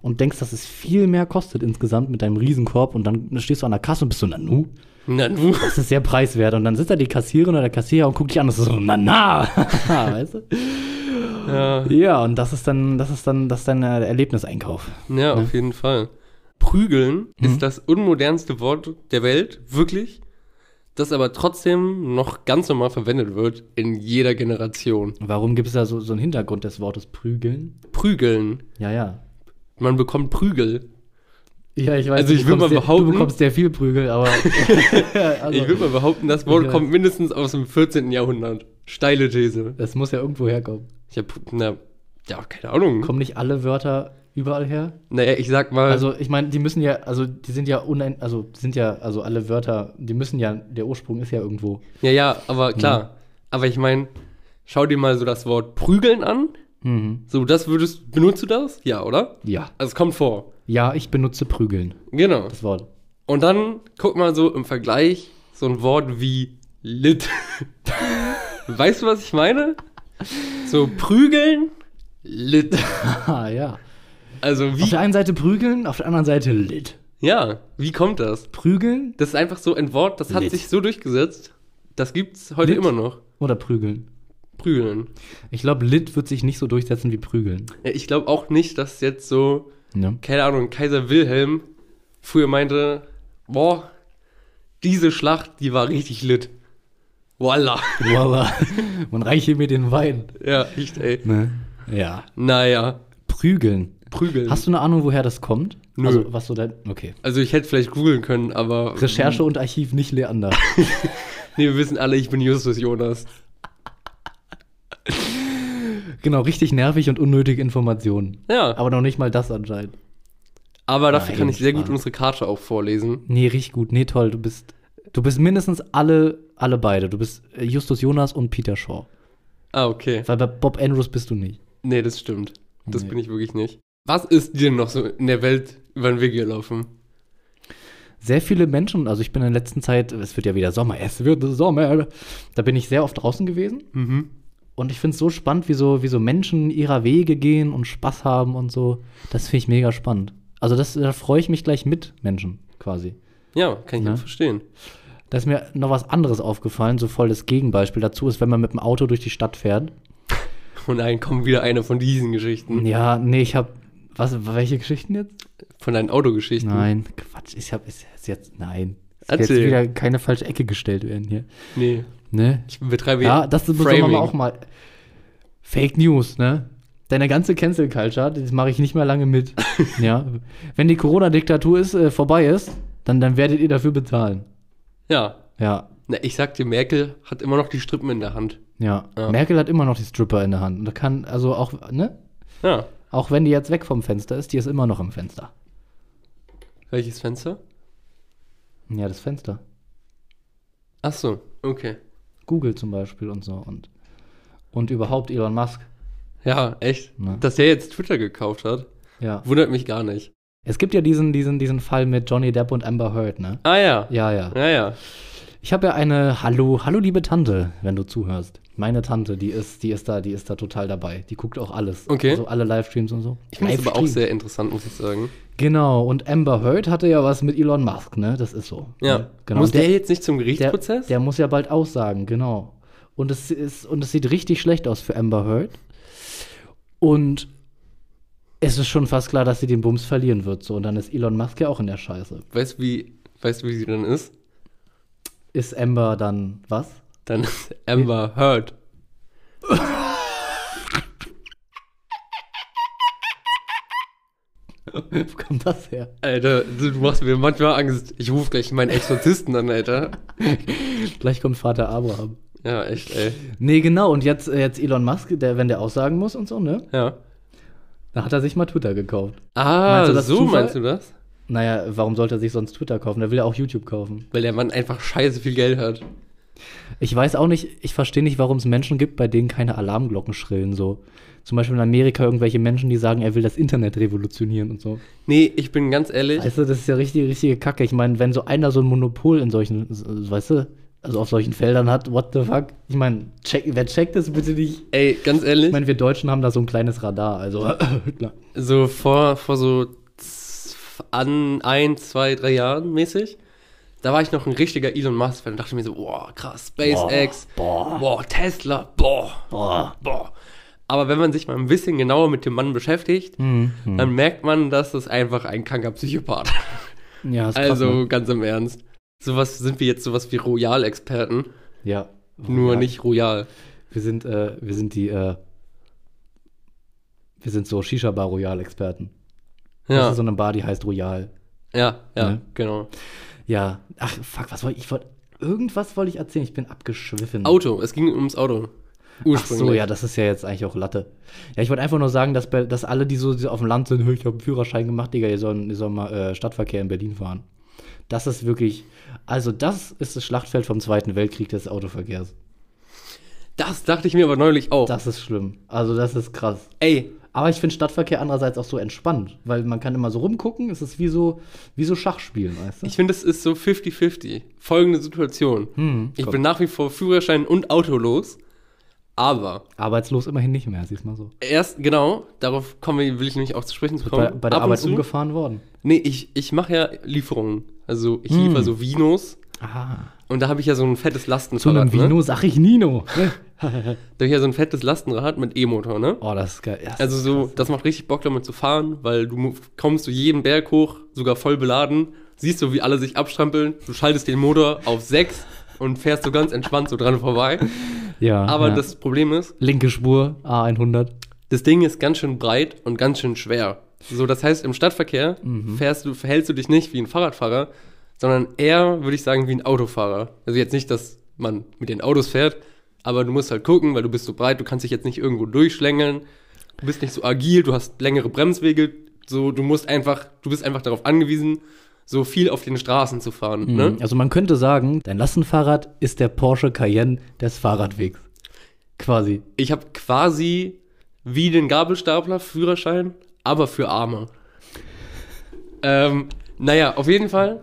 Speaker 2: und denkst, dass es viel mehr kostet insgesamt mit deinem Riesenkorb und dann stehst du an der Kasse und bist so, na nu,
Speaker 1: Na, du.
Speaker 2: das ist sehr preiswert. Und dann sitzt da die Kassiererin oder der Kassierer und guckt dich an und ist so, na na, weißt du?
Speaker 1: Ja,
Speaker 2: Ja, und das ist dann, das ist dann, das ist dann äh, der Erlebniseinkauf.
Speaker 1: ja, auf jeden Fall. Prügeln
Speaker 2: Mhm.
Speaker 1: ist das unmodernste Wort der Welt, wirklich. Das aber trotzdem noch ganz normal verwendet wird in jeder Generation.
Speaker 2: Warum gibt es da so, so einen Hintergrund des Wortes prügeln?
Speaker 1: Prügeln.
Speaker 2: Ja, ja.
Speaker 1: Man bekommt Prügel.
Speaker 2: Ja, ich weiß.
Speaker 1: Also
Speaker 2: du
Speaker 1: ich würd mal
Speaker 2: bekommst sehr-
Speaker 1: behaupten-
Speaker 2: du bekommst sehr viel Prügel, aber also,
Speaker 1: Ich würde mal behaupten, das Wort
Speaker 2: Ja.
Speaker 1: kommt mindestens aus dem 14. Jahrhundert. Steile These.
Speaker 2: das muss ja irgendwo herkommen.
Speaker 1: Ich hab, na, ja, keine Ahnung.
Speaker 2: Kommen nicht alle Wörter überall her?
Speaker 1: Naja, ich sag mal,
Speaker 2: Also ich meine, die müssen ja, also die sind ja unein, also sind ja, also alle Wörter, die müssen ja, der Ursprung ist ja irgendwo.
Speaker 1: ja, ja, aber
Speaker 2: Mhm.
Speaker 1: klar. Aber ich meine, schau dir mal so das Wort prügeln an.
Speaker 2: Mhm.
Speaker 1: So, das würdest, benutzt du das? Ja, oder?
Speaker 2: Ja.
Speaker 1: Also es kommt vor.
Speaker 2: Ja, ich benutze prügeln.
Speaker 1: Genau.
Speaker 2: Das Wort.
Speaker 1: Und dann guck mal so im Vergleich so ein Wort wie lit. weißt du, was ich meine? So prügeln, lit.
Speaker 2: Ah, ja.
Speaker 1: Also
Speaker 2: Auf
Speaker 1: wie,
Speaker 2: der einen Seite prügeln, auf der anderen Seite lit.
Speaker 1: ja, wie kommt das?
Speaker 2: Prügeln
Speaker 1: Das ist einfach so ein Wort, das hat
Speaker 2: Lit.
Speaker 1: sich so durchgesetzt. Das gibt's heute
Speaker 2: Lit.
Speaker 1: immer noch.
Speaker 2: oder prügeln?
Speaker 1: Prügeln.
Speaker 2: Ich glaube, lit wird sich nicht so durchsetzen wie prügeln.
Speaker 1: Ja, Ich glaube auch nicht, dass jetzt so,
Speaker 2: Ne?
Speaker 1: keine Ahnung, Kaiser Wilhelm früher meinte, boah, diese Schlacht, die war richtig lit. Voila.
Speaker 2: Voila. Man reiche mir den Wein.
Speaker 1: Ja, echt, ey.
Speaker 2: Ne? Ja.
Speaker 1: Naja,
Speaker 2: Prügeln.
Speaker 1: prügeln.
Speaker 2: Hast du eine Ahnung, woher das kommt?
Speaker 1: Nö.
Speaker 2: Also, was so dein. Okay.
Speaker 1: also ich hätte vielleicht googeln können, aber
Speaker 2: Recherche und Archiv nicht Leander.
Speaker 1: nee, wir wissen alle, ich bin Justus Jonas.
Speaker 2: genau, richtig nervig und unnötige Informationen.
Speaker 1: Ja, aber,
Speaker 2: Aber noch nicht mal das anscheinend.
Speaker 1: dafür
Speaker 2: Nein,
Speaker 1: kann ich sehr gut
Speaker 2: Spaß.
Speaker 1: unsere Karte auch vorlesen.
Speaker 2: Nee, richtig gut. Nee, toll. Du bist. Du bist mindestens alle, alle beide. Du bist äh, Justus Jonas und Peter Shaw.
Speaker 1: Ah, okay.
Speaker 2: Weil bei Bob Andrews bist du nicht.
Speaker 1: Nee, das stimmt. Das
Speaker 2: Nee.
Speaker 1: bin ich wirklich nicht. Was ist dir noch so in der Welt über den Weg gelaufen?
Speaker 2: Sehr viele Menschen, also ich bin in der letzten Zeit, es wird ja wieder Sommer, es wird Sommer. Da bin ich sehr oft draußen gewesen.
Speaker 1: Mhm.
Speaker 2: Und ich finde es so spannend, wie so, wie so Menschen ihrer Wege gehen und Spaß haben und so. Das finde ich mega spannend. Also das, da freue ich mich gleich mit Menschen quasi.
Speaker 1: Ja, kann ich
Speaker 2: Ja.
Speaker 1: auch verstehen.
Speaker 2: Da ist mir noch was anderes aufgefallen, so voll das Gegenbeispiel dazu ist, wenn man mit dem Auto durch die Stadt fährt.
Speaker 1: Und dann Oh kommt wieder eine von diesen Geschichten.
Speaker 2: Ja, nee, ich habe was, welche Geschichten jetzt?
Speaker 1: Von deinen Autogeschichten.
Speaker 2: Nein, Quatsch, ich habe ist ist jetzt, nein. Es wird
Speaker 1: Erzähl.
Speaker 2: jetzt wieder keine falsche Ecke gestellt werden hier.
Speaker 1: Nee.
Speaker 2: Ne?
Speaker 1: Ich betreibe
Speaker 2: Ja, das soll man mal auch mal. Fake News, ne? Deine ganze Cancel Culture, das mache ich nicht mehr lange mit. ja. Wenn die Corona-Diktatur ist, äh, vorbei ist, dann, dann werdet ihr dafür bezahlen.
Speaker 1: Ja.
Speaker 2: Ja,
Speaker 1: Na, ich sag dir, Merkel hat immer noch die Strippen in der Hand.
Speaker 2: ja.
Speaker 1: Ja.
Speaker 2: Merkel hat immer noch die Stripper in der Hand. Und da kann, also auch, ne?
Speaker 1: Ja.
Speaker 2: Auch wenn die jetzt weg vom Fenster ist, die ist immer noch im Fenster.
Speaker 1: Welches Fenster?
Speaker 2: Ja, das Fenster.
Speaker 1: Ach so, okay.
Speaker 2: Google zum Beispiel und so und, und überhaupt Elon Musk.
Speaker 1: Ja, echt.
Speaker 2: Ne.
Speaker 1: Dass der jetzt Twitter gekauft hat,
Speaker 2: Ja.
Speaker 1: wundert mich gar nicht.
Speaker 2: Es gibt ja diesen, diesen, diesen Fall mit Johnny Depp und Amber Heard, ne?
Speaker 1: Ah ja.
Speaker 2: Ja, ja.
Speaker 1: Ja, ja.
Speaker 2: Ich habe ja eine Hallo, hallo liebe Tante, wenn du zuhörst. Meine Tante, die ist, die ist da, die ist da total dabei. Die guckt auch alles.
Speaker 1: Okay.
Speaker 2: Also alle Livestreams und so.
Speaker 1: Ich finde es aber auch
Speaker 2: Livestream.
Speaker 1: sehr interessant, muss ich sagen.
Speaker 2: Genau, und Amber Heard hatte ja was mit Elon Musk, ne? Das ist so.
Speaker 1: Ja.
Speaker 2: Genau.
Speaker 1: Muss der,
Speaker 2: der,
Speaker 1: jetzt nicht zum
Speaker 2: der,
Speaker 1: Gerichtsprozess?
Speaker 2: der muss ja bald aussagen, genau. Und es ist, und es sieht richtig schlecht aus für Amber Heard. Und es ist schon fast klar, dass sie den Bums verlieren wird. So, und dann ist Elon Musk ja auch in der Scheiße.
Speaker 1: weißt du, wie, weißt, du, wie sie dann ist?
Speaker 2: Ist Amber dann was?
Speaker 1: Dann ist Amber Heard.
Speaker 2: Wo kommt das her?
Speaker 1: Alter, du machst mir manchmal Angst. Ich rufe gleich meinen Exorzisten an, Alter.
Speaker 2: Gleich kommt Vater Abraham.
Speaker 1: Ja, echt, ey.
Speaker 2: Nee, genau. Und jetzt, äh, jetzt Elon Musk, der, wenn der aussagen muss und so, ne?
Speaker 1: Ja.
Speaker 2: Da hat er sich mal Twitter gekauft.
Speaker 1: Ah,
Speaker 2: Meinst du das
Speaker 1: so
Speaker 2: Zufall?
Speaker 1: meinst du das?
Speaker 2: Naja, warum sollte er sich sonst Twitter kaufen? Der will ja auch YouTube kaufen.
Speaker 1: Weil der Mann einfach scheiße viel Geld hat.
Speaker 2: Ich weiß auch nicht, ich verstehe nicht, warum es Menschen gibt, bei denen keine Alarmglocken schrillen. So. Zum Beispiel in Amerika irgendwelche Menschen, die sagen, er will das Internet revolutionieren und so.
Speaker 1: Nee, ich bin ganz ehrlich.
Speaker 2: Weißt du, das ist ja richtig, richtige Kacke. Ich meine, wenn so einer so ein Monopol in solchen, weißt du, also auf solchen Feldern hat, what the fuck? Ich meine, check, wer checkt das bitte nicht?
Speaker 1: Ey, ganz ehrlich.
Speaker 2: Ich meine, wir Deutschen haben da so ein kleines Radar, also klar.
Speaker 1: So vor, vor so z- an ein, zwei, drei Jahren mäßig, da war ich noch ein richtiger Elon Musk-Fan und dachte mir so, boah, krass, SpaceX, boah,
Speaker 2: boah.
Speaker 1: Tesla, boah,
Speaker 2: Boah.
Speaker 1: boah. Aber wenn man sich mal ein bisschen genauer mit dem Mann beschäftigt,
Speaker 2: Hm, Mhm.
Speaker 1: dann merkt man, dass das einfach ein kranker Psychopath ist.
Speaker 2: Ja, ist krass,
Speaker 1: Also
Speaker 2: ne?
Speaker 1: ganz im Ernst. Sowas sind wir jetzt sowas wie Royal-Experten,
Speaker 2: ja.
Speaker 1: nur
Speaker 2: Ja.
Speaker 1: nicht Royal.
Speaker 2: Wir sind, äh, wir sind die, äh, wir sind so Shisha-Bar-Royal-Experten. Das
Speaker 1: Ja,
Speaker 2: ist so eine Bar, die heißt Royal.
Speaker 1: ja, ja,
Speaker 2: Ne?
Speaker 1: genau.
Speaker 2: Ja. Ach, fuck, was wollte ich? ich wollt, irgendwas wollte ich erzählen. Ich bin abgeschwiffen.
Speaker 1: Auto, es ging ums Auto.
Speaker 2: Ach
Speaker 1: Ursprünglich.
Speaker 2: so, ja, das ist ja jetzt eigentlich auch Latte. Ja, ich wollte einfach nur sagen, dass, bei- dass alle, die so die auf dem Land sind, "Hö, ich habe einen Führerschein gemacht, Digga, ihr sollt, ihr sollt mal äh, Stadtverkehr in Berlin fahren. Das ist wirklich, also das ist das Schlachtfeld vom Zweiten Weltkrieg des Autoverkehrs.
Speaker 1: Das dachte ich mir aber neulich auch.
Speaker 2: Das ist schlimm. Also das ist krass.
Speaker 1: Ey,
Speaker 2: Aber ich finde Stadtverkehr andererseits auch so entspannt, weil man kann immer so rumgucken, es ist wie so, wie so Schachspielen, weißt du?
Speaker 1: ich finde, das ist so 50-50. Folgende Situation. ich
Speaker 2: Hm, komm.
Speaker 1: bin nach wie vor Führerschein und autolos. Aber
Speaker 2: Arbeitslos immerhin nicht mehr, siehst mal so.
Speaker 1: erst, genau, darauf kommen wir, will ich nämlich auch zu sprechen zu kommen.
Speaker 2: Bei, bei der
Speaker 1: Ab und
Speaker 2: Arbeit
Speaker 1: zu-
Speaker 2: umgefahren worden.
Speaker 1: Nee, ich, ich mache ja Lieferungen. Also ich
Speaker 2: Hm.
Speaker 1: liefere so Vinos.
Speaker 2: Ah.
Speaker 1: Und da habe ich ja so ein fettes
Speaker 2: Zu
Speaker 1: Lastenfahrrad.
Speaker 2: einem Vino sag ich Nino.
Speaker 1: Ne? Da habe ich ja so ein fettes Lastenrad mit E-Motor, ne?
Speaker 2: oh, das ist geil. Ja, das
Speaker 1: Also so, das macht richtig Bock damit zu fahren, weil du mu- kommst du jeden Berg hoch, sogar voll beladen, siehst du, wie alle sich abstrampeln, du schaltest den Motor auf 6 und fährst so ganz entspannt so dran vorbei.
Speaker 2: Ja,
Speaker 1: Aber
Speaker 2: ja.
Speaker 1: das Problem ist,
Speaker 2: linke Spur A100.
Speaker 1: das Ding ist ganz schön breit und ganz schön schwer. So, das heißt, im Stadtverkehr
Speaker 2: Mhm.
Speaker 1: fährst du, verhältst du dich nicht wie ein Fahrradfahrer, sondern eher, würde ich sagen, wie ein Autofahrer. Also jetzt nicht, dass man mit den Autos fährt, aber du musst halt gucken, weil du bist so breit, du kannst dich jetzt nicht irgendwo durchschlängeln, du bist nicht so agil, du hast längere Bremswege, so, du musst einfach, du bist einfach darauf angewiesen, so viel auf den Straßen zu fahren, ne?
Speaker 2: Mhm. Also man könnte sagen, dein Lastenfahrrad ist der Porsche Cayenne des Fahrradwegs. Quasi.
Speaker 1: Ich habe quasi wie den Gabelstapler Führerschein, aber für Arme. ähm, naja, auf jeden Fall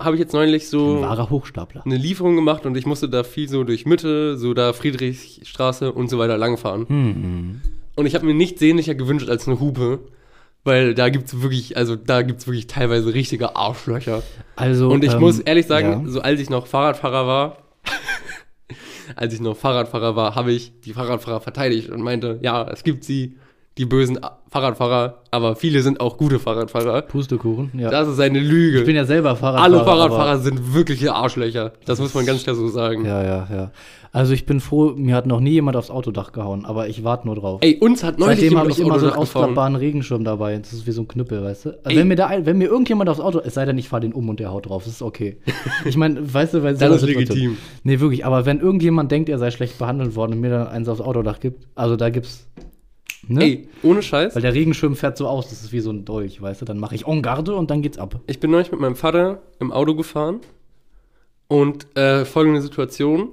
Speaker 1: habe ich jetzt neulich
Speaker 2: Ein
Speaker 1: so
Speaker 2: wahrer Hochstapler.
Speaker 1: eine Lieferung gemacht und ich musste da viel so durch Mitte, so da Friedrichstraße und so weiter langfahren. Und ich habe mir nichts sehnlicher gewünscht als eine Hupe, weil da gibt's wirklich, also da gibt's wirklich teilweise richtige Arschlöcher.
Speaker 2: Also,
Speaker 1: Und ich
Speaker 2: ähm,
Speaker 1: muss ehrlich sagen,
Speaker 2: ja.
Speaker 1: so als ich noch Fahrradfahrer war, als ich noch Fahrradfahrer war, habe ich die Fahrradfahrer verteidigt und meinte, ja, es gibt sie, die bösen A- Fahrradfahrer, aber viele sind auch gute Fahrradfahrer.
Speaker 2: Pustekuchen, ja.
Speaker 1: Das ist eine Lüge.
Speaker 2: ich bin ja selber Fahrradfahrer.
Speaker 1: Alle
Speaker 2: aber-
Speaker 1: Fahrradfahrer sind wirkliche Arschlöcher. Das muss man ganz klar so sagen.
Speaker 2: Ja, ja, ja. Also ich bin froh, mir hat noch nie jemand aufs Autodach gehauen, aber ich warte nur drauf.
Speaker 1: Ey, uns hat neulich
Speaker 2: Seitdem
Speaker 1: jemand
Speaker 2: habe
Speaker 1: aufs
Speaker 2: ich immer so einen
Speaker 1: Autodach gefahren.
Speaker 2: ausklappbaren Regenschirm dabei. Das ist wie so ein Knüppel, weißt du? Also
Speaker 1: Ey.
Speaker 2: wenn mir, da, ein- wenn mir irgendjemand aufs Auto, es sei denn, ich fahre den um und der haut drauf, das ist okay. Ich meine, weißt du, weil
Speaker 1: Dann
Speaker 2: sowas
Speaker 1: ist
Speaker 2: Situation-
Speaker 1: legitim.
Speaker 2: Nee, wirklich, aber wenn irgendjemand denkt, er sei schlecht behandelt worden und mir dann eins aufs Autodach gibt, also da gibt's. Ne?
Speaker 1: Ey, ohne Scheiß.
Speaker 2: Weil der Regenschirm fährt so aus, das ist wie so ein Dolch, weißt du? Dann mache ich en garde und dann geht's ab.
Speaker 1: Ich bin neulich mit meinem Vater im Auto gefahren und äh, folgende Situation.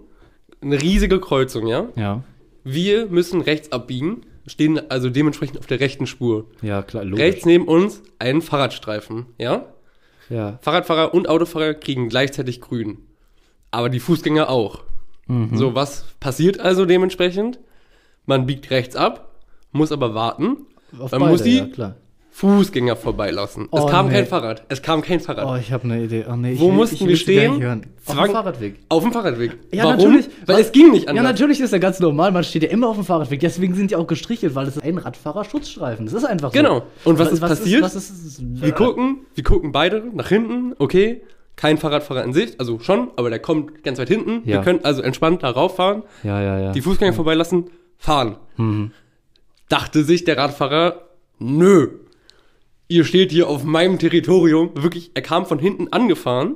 Speaker 1: Eine riesige Kreuzung, ja?
Speaker 2: Ja.
Speaker 1: Wir müssen rechts abbiegen, stehen also dementsprechend auf der rechten Spur.
Speaker 2: Ja, klar, logisch.
Speaker 1: Rechts neben uns ein Fahrradstreifen, ja?
Speaker 2: Ja.
Speaker 1: Fahrradfahrer und Autofahrer kriegen gleichzeitig grün. Aber die Fußgänger auch.
Speaker 2: Mhm.
Speaker 1: So, was passiert also dementsprechend? Man biegt rechts ab, muss aber warten.
Speaker 2: Auf
Speaker 1: Man muss die
Speaker 2: ja, klar.
Speaker 1: Fußgänger vorbeilassen. es
Speaker 2: Oh,
Speaker 1: kam
Speaker 2: nee.
Speaker 1: kein Fahrrad. Es kam kein Fahrrad.
Speaker 2: Oh, ich habe eine Idee. Oh, nee, ich
Speaker 1: Wo
Speaker 2: will-
Speaker 1: mussten
Speaker 2: ich
Speaker 1: wir
Speaker 2: will's dir gar
Speaker 1: stehen?
Speaker 2: nicht hören. Auf
Speaker 1: Zwang-
Speaker 2: dem Fahrradweg.
Speaker 1: Auf dem Fahrradweg.
Speaker 2: Oh. Ja,
Speaker 1: Warum?
Speaker 2: natürlich.
Speaker 1: Weil
Speaker 2: Was-
Speaker 1: es ging nicht
Speaker 2: Ja,
Speaker 1: anders.
Speaker 2: natürlich ist ja ganz normal. Man steht ja immer auf dem Fahrradweg. Deswegen sind die auch gestrichelt, weil es ist ein Radfahrerschutzstreifen. Das ist einfach so.
Speaker 1: Genau. Und was ist passiert?
Speaker 2: was ist,
Speaker 1: wir gucken, wir gucken beide nach hinten, okay. Kein Fahrradfahrer in Sicht, also schon, aber der kommt ganz weit hinten. Wir
Speaker 2: Ja.
Speaker 1: können also entspannt da rauffahren,
Speaker 2: Ja, ja, ja. Mhm.
Speaker 1: die Fußgänger vorbeilassen, fahren. Dachte sich der Radfahrer, nö, ihr steht hier auf meinem Territorium. Wirklich, er kam von hinten angefahren,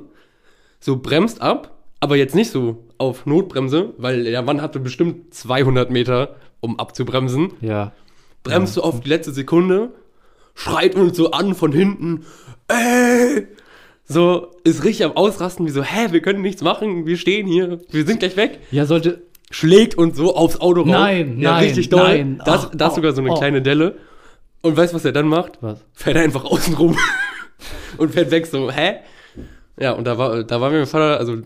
Speaker 1: so bremst ab, aber jetzt nicht so auf Notbremse, weil der Mann hatte bestimmt 200 Meter, um abzubremsen
Speaker 2: ja.
Speaker 1: bremst so auf die letzte Sekunde, schreit uns so an von hinten, ey! so ist richtig am Ausrasten, wie so, hä, wir können nichts machen, wir stehen hier, wir sind gleich weg.
Speaker 2: Ja, sollte.
Speaker 1: Schlägt uns so aufs Auto rauf.
Speaker 2: Nein,
Speaker 1: ja,
Speaker 2: nein,
Speaker 1: richtig doll.
Speaker 2: nein.
Speaker 1: Da ist,
Speaker 2: Ach,
Speaker 1: da ist
Speaker 2: oh,
Speaker 1: sogar so eine
Speaker 2: oh.
Speaker 1: kleine Delle. Und weißt du, was er dann macht?
Speaker 2: Was?
Speaker 1: Fährt er einfach außen rum und fährt weg, so, hä? Ja, und da war, da war mir mein Vater, also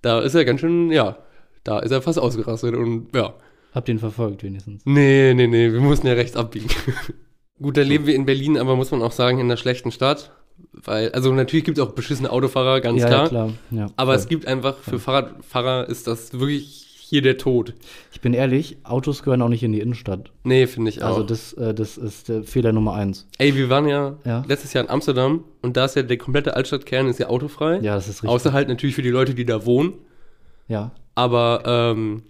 Speaker 1: da ist er ganz schön, ja, da ist er fast ausgerastet und ja.
Speaker 2: Habt ihr ihn verfolgt wenigstens?
Speaker 1: Nee, nee, nee, wir mussten ja rechts abbiegen. Gut, da leben wir in Berlin, aber muss man auch sagen, in einer schlechten Stadt. Weil, also natürlich gibt es auch beschissene Autofahrer, ganz
Speaker 2: ja,
Speaker 1: klar.
Speaker 2: ja, klar. Ja,
Speaker 1: Aber
Speaker 2: voll.
Speaker 1: es gibt einfach, für Fahrradfahrer ist das wirklich hier der Tod.
Speaker 2: ich bin ehrlich, Autos gehören auch nicht in die Innenstadt.
Speaker 1: Nee, finde ich auch.
Speaker 2: Also das, äh, das ist der Fehler Nummer eins.
Speaker 1: Ey, wir waren ja,
Speaker 2: Ja.
Speaker 1: letztes Jahr in Amsterdam und da ist ja der komplette Altstadtkern ist ja autofrei.
Speaker 2: Ja, das ist richtig.
Speaker 1: Außer halt natürlich für die Leute, die da wohnen.
Speaker 2: ja.
Speaker 1: Aber ähm,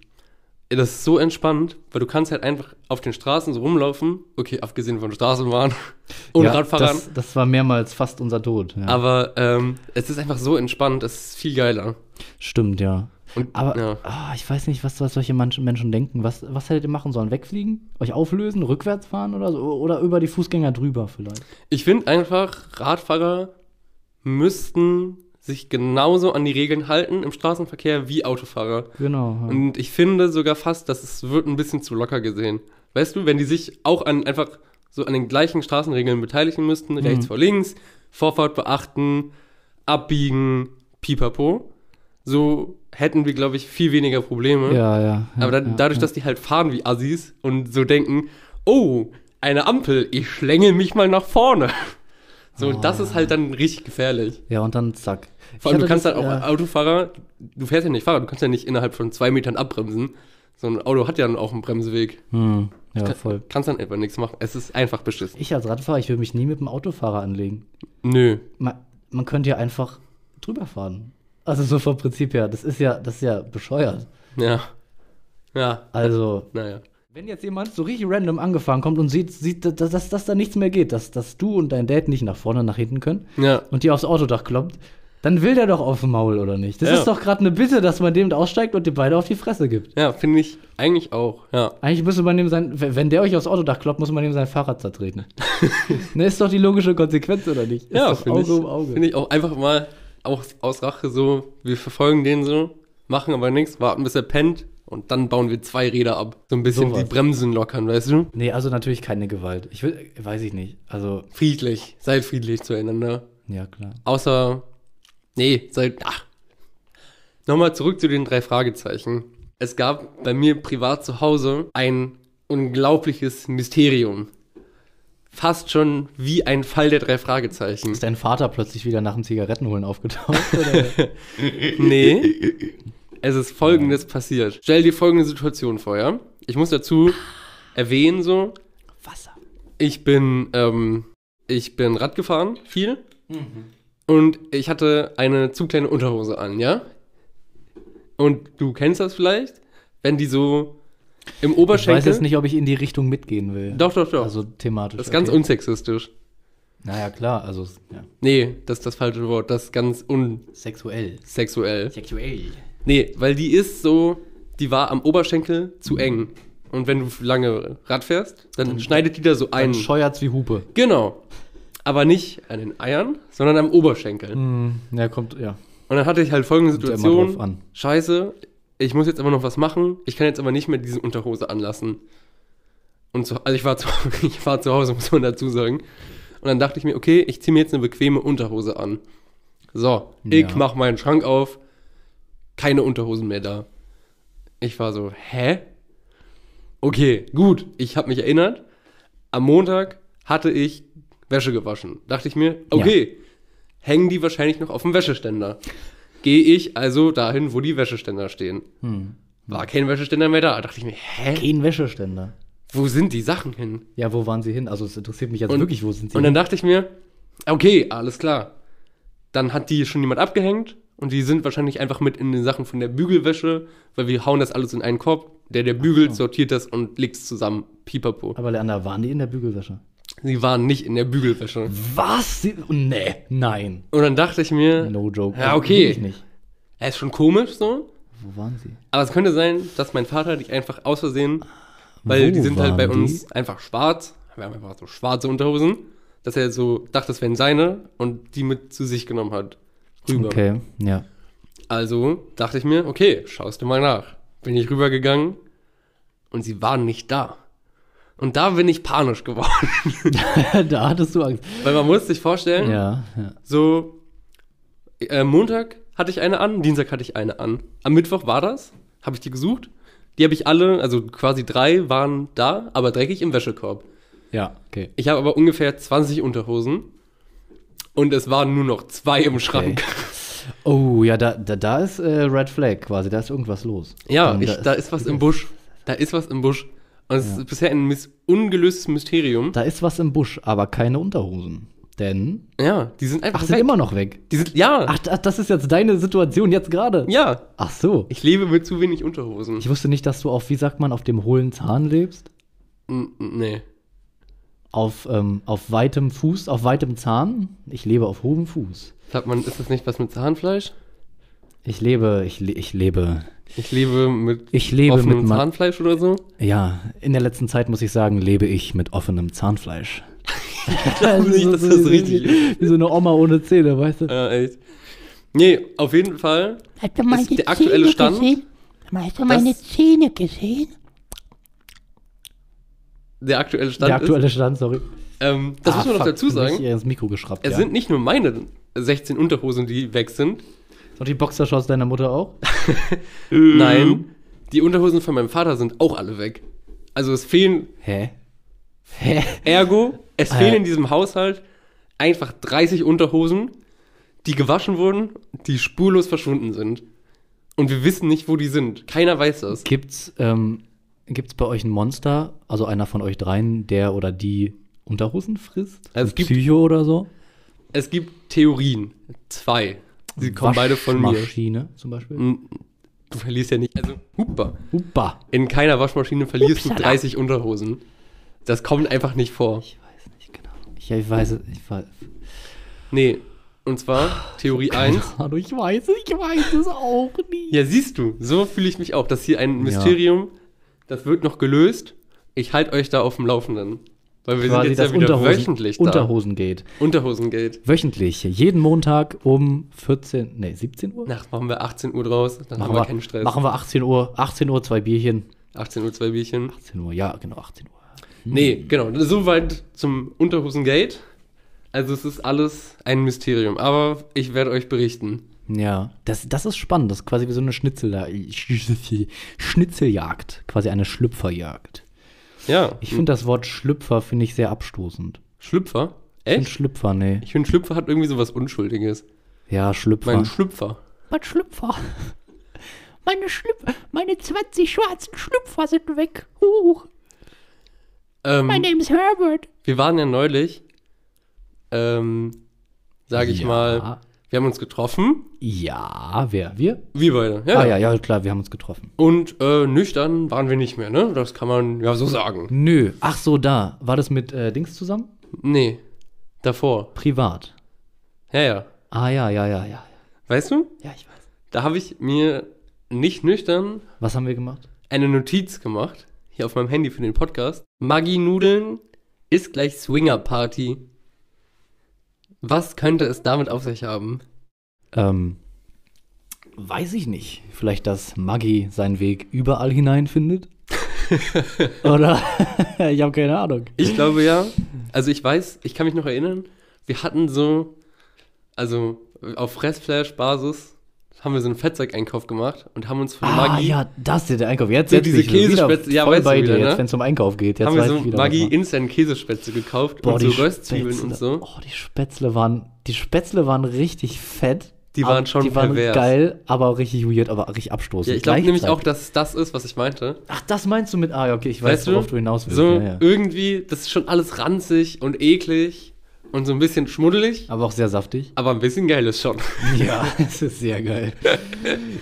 Speaker 1: das ist so entspannt, weil du kannst halt einfach auf den Straßen so rumlaufen. Okay, abgesehen von Straßenbahn und
Speaker 2: ja,
Speaker 1: Radfahrern.
Speaker 2: Das, das war mehrmals fast unser Tod. Ja.
Speaker 1: Aber ähm, es ist einfach so entspannt, es ist viel geiler.
Speaker 2: Stimmt, ja.
Speaker 1: Und,
Speaker 2: Aber
Speaker 1: ja.
Speaker 2: ah, ich weiß nicht, was, was solche Manch- Menschen denken. Was, was hättet ihr machen sollen? Wegfliegen? Euch auflösen? Rückwärts fahren oder so? Oder über die Fußgänger drüber vielleicht?
Speaker 1: Ich finde einfach, Radfahrer müssten sich genauso an die Regeln halten im Straßenverkehr wie Autofahrer.
Speaker 2: Genau. Ja.
Speaker 1: Und ich finde sogar fast, dass es wird ein bisschen zu locker gesehen. Weißt du, wenn die sich auch an einfach so an den gleichen Straßenregeln beteiligen müssten,
Speaker 2: Mhm.
Speaker 1: rechts vor links, Vorfahrt beachten, abbiegen, pipapo, so hätten wir, glaube ich, viel weniger Probleme.
Speaker 2: ja, ja. ja,
Speaker 1: Aber dann,
Speaker 2: ja,
Speaker 1: dadurch,
Speaker 2: ja.
Speaker 1: dass die halt fahren wie Assis und so denken, oh, eine Ampel, ich schlängel mich mal nach vorne. So, und das ist halt dann richtig gefährlich.
Speaker 2: Ja, und dann zack.
Speaker 1: Vor
Speaker 2: Ich
Speaker 1: allem, du
Speaker 2: hatte
Speaker 1: kannst
Speaker 2: das,
Speaker 1: halt auch
Speaker 2: ja,
Speaker 1: Autofahrer, du fährst ja nicht Fahrrad, du kannst ja nicht innerhalb von zwei Metern abbremsen. So ein Auto hat ja dann auch einen Bremsweg.
Speaker 2: Hm, ja, voll.
Speaker 1: Kannst dann einfach nichts machen. Es ist einfach beschissen.
Speaker 2: Ich als Radfahrer, ich würde mich nie mit dem Autofahrer anlegen.
Speaker 1: Nö.
Speaker 2: Man, man könnte ja einfach drüber fahren. Also so vom Prinzip her. Das ist ja, das ist ja bescheuert.
Speaker 1: Ja. Ja.
Speaker 2: Also,
Speaker 1: Naja.
Speaker 2: wenn jetzt jemand so richtig random angefahren kommt und sieht, sieht dass, dass, dass da nichts mehr geht, dass, dass du und dein Dad nicht nach vorne und nach hinten können
Speaker 1: Ja.
Speaker 2: und dir aufs Autodach kloppt, dann will der doch auf dem Maul, oder nicht? Das
Speaker 1: Ja.
Speaker 2: ist doch gerade eine Bitte, dass man dem aussteigt und dir beide auf die Fresse gibt.
Speaker 1: Ja, finde ich eigentlich auch. Ja.
Speaker 2: Eigentlich müsste man dem sein, wenn wenn der euch aufs Autodach kloppt, muss man dem sein Fahrrad zertreten. ne, ist doch die logische Konsequenz, oder nicht? Ist
Speaker 1: Ja,
Speaker 2: doch
Speaker 1: finde
Speaker 2: Auge
Speaker 1: ich,
Speaker 2: um Auge.
Speaker 1: Finde ich auch einfach mal auch aus Rache so, wir verfolgen den so, machen aber nichts, warten bis er pennt und dann bauen wir zwei Räder ab. So ein bisschen
Speaker 2: Sowas.
Speaker 1: die Bremsen lockern, weißt du?
Speaker 2: Nee, also natürlich keine Gewalt. Ich will, weiß ich nicht. Also,
Speaker 1: Friedlich, seid friedlich zueinander.
Speaker 2: ja, klar.
Speaker 1: Außer, nee, seid, ach. Nochmal zurück zu den drei Fragezeichen. Es gab bei mir privat zu Hause ein unglaubliches Mysterium. Fast schon wie ein Fall der drei Fragezeichen.
Speaker 2: Ist dein Vater plötzlich wieder nach dem Zigarettenholen aufgetaucht? Oder?
Speaker 1: Nee. Es ist folgendes passiert. Stell dir folgende Situation vor, ja? Ich muss dazu erwähnen, so,
Speaker 2: Wasser.
Speaker 1: ich bin, ähm, ich bin Rad gefahren, viel. Und ich hatte eine zu kleine Unterhose an, ja? Und du kennst das vielleicht, wenn die so im
Speaker 2: Ich weiß
Speaker 1: Oberschenkel.
Speaker 2: jetzt nicht, ob ich in die Richtung mitgehen will.
Speaker 1: Doch, doch, doch.
Speaker 2: Also thematisch.
Speaker 1: das ist ganz unsexistisch.
Speaker 2: Naja, klar, also s- ja.
Speaker 1: Nee, das ist das falsche Wort. Das ist ganz
Speaker 2: sexuell.
Speaker 1: unsexuell.
Speaker 2: Sexuell.
Speaker 1: Nee, weil die ist so, die war am Oberschenkel zu eng. Und wenn du lange Rad fährst, dann, schneidet die da so
Speaker 2: Dann
Speaker 1: ein.
Speaker 2: scheuert's wie Hupe.
Speaker 1: Genau. Aber nicht an den Eiern, sondern am Oberschenkel.
Speaker 2: Hm, ja, kommt, ja.
Speaker 1: Und dann hatte ich halt folgende
Speaker 2: ja immer
Speaker 1: Situation.
Speaker 2: drauf an.
Speaker 1: Scheiße, ich muss jetzt aber noch was machen. Ich kann jetzt aber nicht mehr diese Unterhose anlassen. Und so, also ich war, zu, ich war zu Hause, muss man dazu sagen. Und dann dachte ich mir, okay, ich ziehe mir jetzt eine bequeme Unterhose an. So,
Speaker 2: Ja.
Speaker 1: ich mach meinen Schrank auf. Keine Unterhosen mehr da. Ich war so, hä? Okay, gut, ich habe mich erinnert. Am Montag hatte ich Wäsche gewaschen. Dachte ich mir, okay, hängen die wahrscheinlich noch auf dem Wäscheständer. Gehe ich also dahin, wo die Wäscheständer stehen.
Speaker 2: Hm.
Speaker 1: War kein Wäscheständer mehr da. Dachte ich mir, hä?
Speaker 2: Kein Wäscheständer.
Speaker 1: Wo sind die Sachen hin?
Speaker 2: Ja, wo waren sie hin? Also es interessiert mich jetzt
Speaker 1: Und-
Speaker 2: wirklich, wo sind sie
Speaker 1: Und
Speaker 2: hin?
Speaker 1: dann dachte ich mir, okay, alles klar. Dann hat die schon jemand abgehängt und die sind wahrscheinlich einfach mit in den Sachen von der Bügelwäsche, weil wir hauen das alles in einen Korb. Der, der bügelt, sortiert das und legt es zusammen. Pipapo.
Speaker 2: Aber Leander, waren die in der Bügelwäsche?
Speaker 1: Sie waren nicht in der Bügelwäsche.
Speaker 2: Was? Sie- oh, Nee, nein.
Speaker 1: Und dann dachte ich mir,
Speaker 2: No joke.
Speaker 1: Ja,
Speaker 2: Also
Speaker 1: okay.
Speaker 2: wirklich nicht.
Speaker 1: er ist schon komisch so,
Speaker 2: Wo waren sie?
Speaker 1: aber es könnte sein, dass mein Vater dich einfach aus Versehen, weil
Speaker 2: Wo
Speaker 1: die sind halt bei
Speaker 2: waren
Speaker 1: uns einfach schwarz, wir haben einfach so schwarze Unterhosen, dass er so dachte, das wären seine und die mit zu sich genommen hat. rüber.
Speaker 2: Okay, ja.
Speaker 1: Also dachte ich mir, okay, schaust du mal nach. Bin ich rübergegangen und sie waren nicht da. Und da bin ich panisch geworden.
Speaker 2: da hattest du Angst.
Speaker 1: Weil man muss sich vorstellen,
Speaker 2: Ja, ja.
Speaker 1: so äh, Montag hatte ich eine an, Dienstag hatte ich eine an. Am Mittwoch war das, habe ich die gesucht. Die habe ich alle, also quasi drei waren da, aber dreckig im Wäschekorb.
Speaker 2: Ja, okay.
Speaker 1: Ich habe aber ungefähr 20 Unterhosen und es waren nur noch zwei im Schrank.
Speaker 2: Oh, ja, da, da, da ist äh, Red Flag quasi, da ist irgendwas los.
Speaker 1: Ja,
Speaker 2: Ähm,
Speaker 1: ich, da ist was im Busch. Da ist was im Busch. Und es ist bisher ein miss ungelöstes Mysterium.
Speaker 2: Da ist was im Busch, aber keine Unterhosen. Denn.
Speaker 1: Ja, die sind einfach
Speaker 2: Ach, sind
Speaker 1: weg.
Speaker 2: immer noch weg.
Speaker 1: Die sind, ja,
Speaker 2: Ach, da- das ist jetzt deine Situation, jetzt gerade.
Speaker 1: ja.
Speaker 2: Ach so.
Speaker 1: Ich lebe mit zu wenig Unterhosen.
Speaker 2: Ich wusste nicht, dass du auf, wie sagt man, auf dem hohlen Zahn lebst.
Speaker 1: N- n- nee.
Speaker 2: Auf, ähm, auf weitem Fuß, auf weitem Zahn. Ich lebe auf hohem Fuß.
Speaker 1: Sagt man, ist das nicht was mit Zahnfleisch?
Speaker 2: Ich lebe, ich, le ich lebe.
Speaker 1: Ich lebe mit
Speaker 2: Ich lebe mit
Speaker 1: offenem
Speaker 2: ma-
Speaker 1: Zahnfleisch oder so.
Speaker 2: Ja, in der letzten Zeit muss ich sagen, lebe ich mit offenem Zahnfleisch. ich
Speaker 1: glaube Also nicht, dass das richtig
Speaker 2: ist. Wie so eine Oma ohne Zähne, weißt du?
Speaker 1: Ja, echt. Nee, auf jeden Fall.
Speaker 3: Hast du meine
Speaker 1: Ist der aktuelle
Speaker 3: Zähne
Speaker 1: Stand,
Speaker 3: gesehen? Hast du meine
Speaker 1: dass-
Speaker 3: Zähne gesehen?
Speaker 1: Der aktuelle Stand
Speaker 2: Der aktuelle Stand, sorry.
Speaker 1: ist, ähm, das
Speaker 2: Ah,
Speaker 1: muss man noch
Speaker 2: fuck,
Speaker 1: dazu
Speaker 2: bin
Speaker 1: sagen,
Speaker 2: Ich hier ins Mikro geschraubt.
Speaker 1: es
Speaker 2: ja.
Speaker 1: sind nicht nur meine 16 Unterhosen, die weg sind.
Speaker 2: Und die Boxershorts deiner Mutter auch?
Speaker 1: Nein, die Unterhosen von meinem Vater sind auch alle weg. Also es fehlen,
Speaker 2: Hä? Hä?
Speaker 1: ergo, es
Speaker 2: Ah,
Speaker 1: fehlen
Speaker 2: ja.
Speaker 1: in diesem Haushalt einfach 30 Unterhosen, die gewaschen wurden, die spurlos verschwunden sind. Und wir wissen nicht, wo die sind. Keiner weiß das.
Speaker 2: Gibt's, ähm, gibt's bei euch ein Monster, also einer von euch dreien, der oder die Unterhosen frisst?
Speaker 1: Also
Speaker 2: Also
Speaker 1: es gibt-
Speaker 2: Psycho oder so?
Speaker 1: Es gibt Theorien. Zwei. Sie kommen beide von mir.
Speaker 2: Maschine zum Beispiel.
Speaker 1: Du verlierst ja nicht. Also, Hupa.
Speaker 2: Upa.
Speaker 1: In keiner Waschmaschine verlierst du 30 Unterhosen. Das kommt einfach nicht vor.
Speaker 2: Ich weiß nicht genau. Ich, ich weiß es. Ich weiß.
Speaker 1: Nee. Und zwar Theorie 1.
Speaker 2: Hallo, ich weiß es. Ich weiß es auch nie.
Speaker 1: Ja, siehst du, so fühle ich mich auch. Das ist hier ein Mysterium, das wird noch gelöst. Ich halte euch da auf dem Laufenden. Weil wir
Speaker 2: Quasi
Speaker 1: sind jetzt ja wieder wöchentlich da.
Speaker 2: Unterhosen geht.
Speaker 1: Unterhosengate.
Speaker 2: Wöchentlich. Jeden Montag um 14, nee, 17 Uhr?
Speaker 1: Nacht machen wir 18 Uhr draus, dann haben wir keinen Stress.
Speaker 2: Machen wir 18 Uhr. 18 Uhr zwei Bierchen.
Speaker 1: 18 Uhr zwei Bierchen.
Speaker 2: 18 Uhr, ja, genau, 18 Uhr.
Speaker 1: Nee,
Speaker 2: Hm.
Speaker 1: genau. Soweit zum Unterhosengate. Also es ist alles ein Mysterium, aber ich werde euch berichten.
Speaker 2: Ja, das, das ist spannend. Das ist quasi wie so eine Schnitzel Schnitzeljagd, quasi eine Schlüpferjagd.
Speaker 1: Ja,
Speaker 2: Ich finde das Wort Schlüpfer finde ich sehr abstoßend.
Speaker 1: Schlüpfer?
Speaker 2: Ich find
Speaker 1: Echt?
Speaker 2: Schlüpfer, nee.
Speaker 1: Ich finde, Schlüpfer hat irgendwie sowas Unschuldiges.
Speaker 2: Ja, Schlüpfer.
Speaker 1: Mein Schlüpfer.
Speaker 3: Mein Schlüpfer. Meine Schlüpfer, meine 20 schwarzen Schlüpfer sind weg. Huch. My
Speaker 1: Ähm,
Speaker 3: name is Herbert.
Speaker 1: wir waren ja neulich, ähm, sage ich
Speaker 2: Ja.
Speaker 1: mal, wir haben uns getroffen.
Speaker 2: Ja, wer? Wir?
Speaker 1: Wir beide, ja.
Speaker 2: Ah ja, ja, klar, wir haben uns getroffen.
Speaker 1: Und äh, nüchtern waren wir nicht mehr, ne? Das kann man ja so sagen.
Speaker 2: Nö, ach so, da. War das mit äh, Dings zusammen?
Speaker 1: Nee, davor.
Speaker 2: Privat.
Speaker 1: Ja, ja.
Speaker 2: Ah ja, ja, ja, ja.
Speaker 1: Weißt du,
Speaker 2: Ja, ich weiß.
Speaker 1: da habe ich mir nicht nüchtern
Speaker 2: Was haben wir gemacht?
Speaker 1: eine Notiz gemacht, hier auf meinem Handy für den Podcast. Maggi-Nudeln ist gleich Swinger-Party. Was könnte es damit auf sich haben?
Speaker 2: Ähm, weiß ich nicht. Vielleicht, dass Maggi seinen Weg überall hineinfindet? Oder? ich habe keine Ahnung.
Speaker 1: Ich glaube ja. Also ich weiß, ich kann mich noch erinnern, wir hatten so, also auf Fressflash-Basis haben wir so einen Fettzeug-Einkauf gemacht und haben uns von
Speaker 2: Ah,
Speaker 1: Maggi,
Speaker 2: ja, das ist ja der Einkauf. Jetzt,
Speaker 1: So
Speaker 2: jetzt
Speaker 1: diese
Speaker 2: bin ich wieder
Speaker 1: Käsespätzle- ja,
Speaker 2: voll
Speaker 1: weißt du
Speaker 2: bei
Speaker 1: wieder,
Speaker 2: dir,
Speaker 1: ne?
Speaker 2: jetzt, wenn es um Einkauf geht. Jetzt
Speaker 1: haben wir
Speaker 2: weiß
Speaker 1: so
Speaker 2: ich wieder.
Speaker 1: Maggi-Instant-Käsespätzle gekauft
Speaker 2: was man- Boah,
Speaker 1: und
Speaker 2: die
Speaker 1: so Röstzwiebeln und so.
Speaker 2: Spätzle- Oh, die Spätzle waren, die Spätzle waren richtig fett.
Speaker 1: Die waren
Speaker 2: aber-
Speaker 1: schon
Speaker 2: Die waren
Speaker 1: pervers.
Speaker 2: geil, aber auch richtig weird, aber richtig abstoßend.
Speaker 1: Ja, ich glaube nämlich auch,
Speaker 2: Gleichzeitig.
Speaker 1: dass es das ist, was ich meinte.
Speaker 2: Ach, das meinst du mit. Ah, ja, okay, ich weiß,
Speaker 1: Weißt du?
Speaker 2: worauf du hinaus willst.
Speaker 1: So
Speaker 2: ja, ja.
Speaker 1: irgendwie, das ist schon alles ranzig und eklig und so ein bisschen schmuddelig,
Speaker 2: Aber auch sehr saftig.
Speaker 1: aber ein bisschen geil ist schon.
Speaker 2: Ja, es ist sehr geil.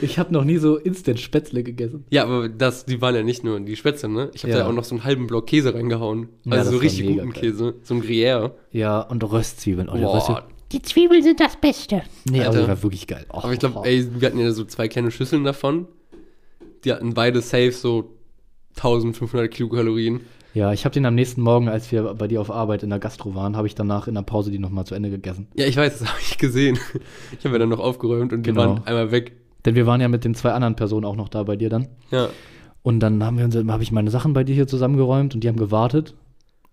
Speaker 2: Ich habe noch nie so Instant-Spätzle gegessen.
Speaker 1: Ja, aber das, die waren ja nicht nur die Spätzle, ne? Ich habe
Speaker 2: Ja.
Speaker 1: da auch noch so einen halben Block Käse reingehauen.
Speaker 2: Ja,
Speaker 1: Also
Speaker 2: das
Speaker 1: so
Speaker 2: war
Speaker 1: richtig
Speaker 2: mega
Speaker 1: guten
Speaker 2: geil.
Speaker 1: Käse, so ein Gruyère.
Speaker 2: Ja, und Röstzwiebeln. Oh, die
Speaker 1: Boah.
Speaker 2: Röstzwiebeln.
Speaker 3: Die Zwiebeln sind das Beste.
Speaker 2: Nee, aber
Speaker 1: Alter.
Speaker 2: die war wirklich geil. Oh,
Speaker 1: Aber ich
Speaker 2: oh.
Speaker 1: glaube, ey, wir hatten ja so zwei kleine Schüsseln davon. Die hatten beide safe so 1500 Kilokalorien.
Speaker 2: Ja, ich habe den am nächsten Morgen, als wir bei dir auf Arbeit in der Gastro waren, habe ich danach in der Pause die nochmal zu Ende gegessen.
Speaker 1: Ja, ich weiß, das habe ich gesehen. Ich habe ja dann noch aufgeräumt und
Speaker 2: Genau.
Speaker 1: die waren einmal weg.
Speaker 2: Denn wir waren ja mit den zwei anderen Personen auch noch da bei dir dann.
Speaker 1: Ja.
Speaker 2: Und dann haben wir uns, habe ich meine Sachen bei dir hier zusammengeräumt und die haben gewartet.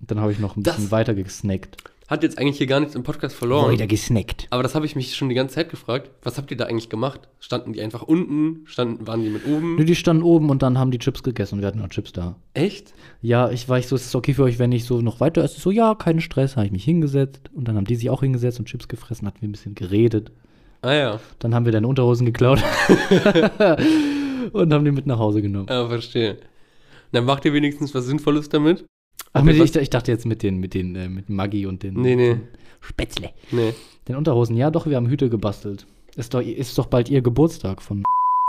Speaker 2: Und dann habe ich noch ein
Speaker 1: Das-
Speaker 2: bisschen weiter gesnackt.
Speaker 1: Hat jetzt eigentlich hier gar nichts im Podcast verloren.
Speaker 2: gesnackt.
Speaker 1: Aber das habe ich mich schon die ganze Zeit gefragt. Was habt ihr da eigentlich gemacht? Standen die einfach unten? Standen, waren die mit
Speaker 2: Nö,
Speaker 1: oben?
Speaker 2: die standen oben und dann haben die Chips gegessen und wir hatten noch Chips da.
Speaker 1: Echt?
Speaker 2: Ja, ich war ich so, ist es okay für euch, wenn ich so noch weiter esse? So, ja, keinen Stress, habe ich mich hingesetzt. Und dann haben die sich auch hingesetzt und Chips gefressen, hatten wir ein bisschen geredet.
Speaker 1: Ah ja,
Speaker 2: Dann haben wir deine Unterhosen geklaut und haben die mit nach Hause genommen.
Speaker 1: ja Ah, verstehe. Dann macht ihr wenigstens was Sinnvolles damit?
Speaker 2: Ach, mit,
Speaker 1: okay,
Speaker 2: ich, ich dachte jetzt mit den, mit den, äh, mit Maggi und den,
Speaker 1: Nee, nee,
Speaker 2: Spätzle.
Speaker 1: nee.
Speaker 2: Den Unterhosen, ja doch, wir haben Hüte gebastelt. Ist doch, ist doch bald ihr Geburtstag von.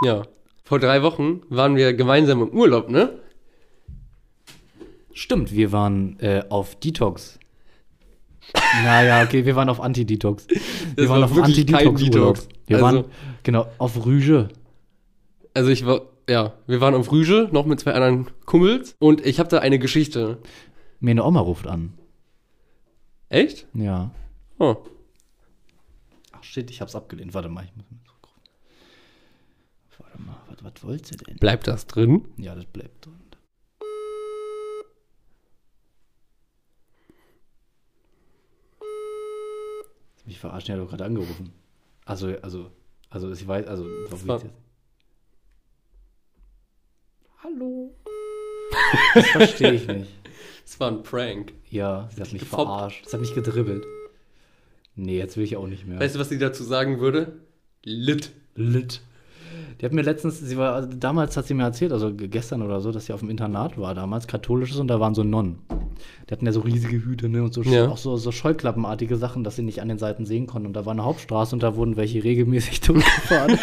Speaker 1: Ja. Vor drei Wochen waren wir gemeinsam im Urlaub, ne?
Speaker 2: Stimmt, wir waren äh, auf Detox. naja, okay, wir waren auf Anti-Detox. Wir
Speaker 1: Das
Speaker 2: waren
Speaker 1: war
Speaker 2: auf
Speaker 1: wirklich kein
Speaker 2: Anti-Detox-Urlaub.
Speaker 1: Detox.
Speaker 2: Wir
Speaker 1: Also-
Speaker 2: waren, genau, auf Rüge.
Speaker 1: Also ich war, ja, wir waren auf Rüge, noch mit zwei anderen Kumpels. Und ich habe da eine Geschichte.
Speaker 2: Meine Oma ruft an.
Speaker 1: Echt?
Speaker 2: Ja.
Speaker 1: Oh.
Speaker 2: Ach shit, ich hab's abgelehnt. Warte mal, ich muss mal zurückrufen. Warte mal, was, was wollt ihr denn?
Speaker 1: Bleibt das drin?
Speaker 2: Ja, das bleibt drin. Hast Mich verarscht, der hat doch gerade angerufen. Also, also, also, ich weiß, also, warum
Speaker 1: war-
Speaker 2: geht's jetzt?
Speaker 3: Hallo.
Speaker 2: Das verstehe ich nicht.
Speaker 1: Das war ein Prank.
Speaker 2: Ja, sie hat mich
Speaker 1: gefoppt.
Speaker 2: verarscht. Sie hat mich gedribbelt. Nee, jetzt will ich auch nicht mehr.
Speaker 1: Weißt du, was sie dazu sagen würde? Lit.
Speaker 2: Lit. Die hat mir letztens, sie war, also damals hat sie mir erzählt, also ge- gestern oder so, dass sie auf dem Internat war, damals katholisches, und da waren so Nonnen. Die hatten ja so riesige Hüte, ne, und so, sch-
Speaker 1: Ja.
Speaker 2: auch so, so Scheuklappenartige Sachen, dass sie nicht an den Seiten sehen konnten. Und da war eine Hauptstraße und da wurden welche regelmäßig totgefahren.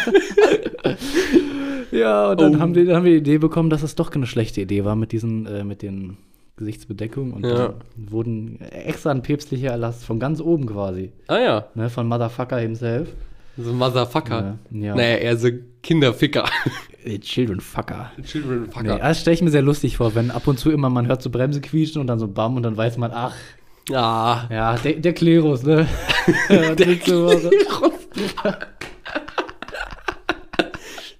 Speaker 2: ja, und dann
Speaker 1: Oh.
Speaker 2: haben, wir, dann haben wir die Idee bekommen, dass es doch keine schlechte Idee war mit diesen, äh, mit den Gesichtsbedeckungen. Und
Speaker 1: Ja.
Speaker 2: dann wurden extra ein päpstlicher Erlass von ganz oben quasi,
Speaker 1: Ah ja,
Speaker 2: ne, von Motherfucker himself. Ne,
Speaker 1: so Motherfucker.
Speaker 2: Ja, ja.
Speaker 1: Naja, eher so Kinderficker.
Speaker 2: Äh, Children Fucker.
Speaker 1: Children
Speaker 2: Nee,
Speaker 1: Fucker.
Speaker 2: das stelle ich mir sehr lustig vor, wenn ab und zu immer man hört so Bremse quietschen und dann so bam und dann weiß man, ach,
Speaker 1: Ah.
Speaker 2: ja, der, der Klerus, ne? der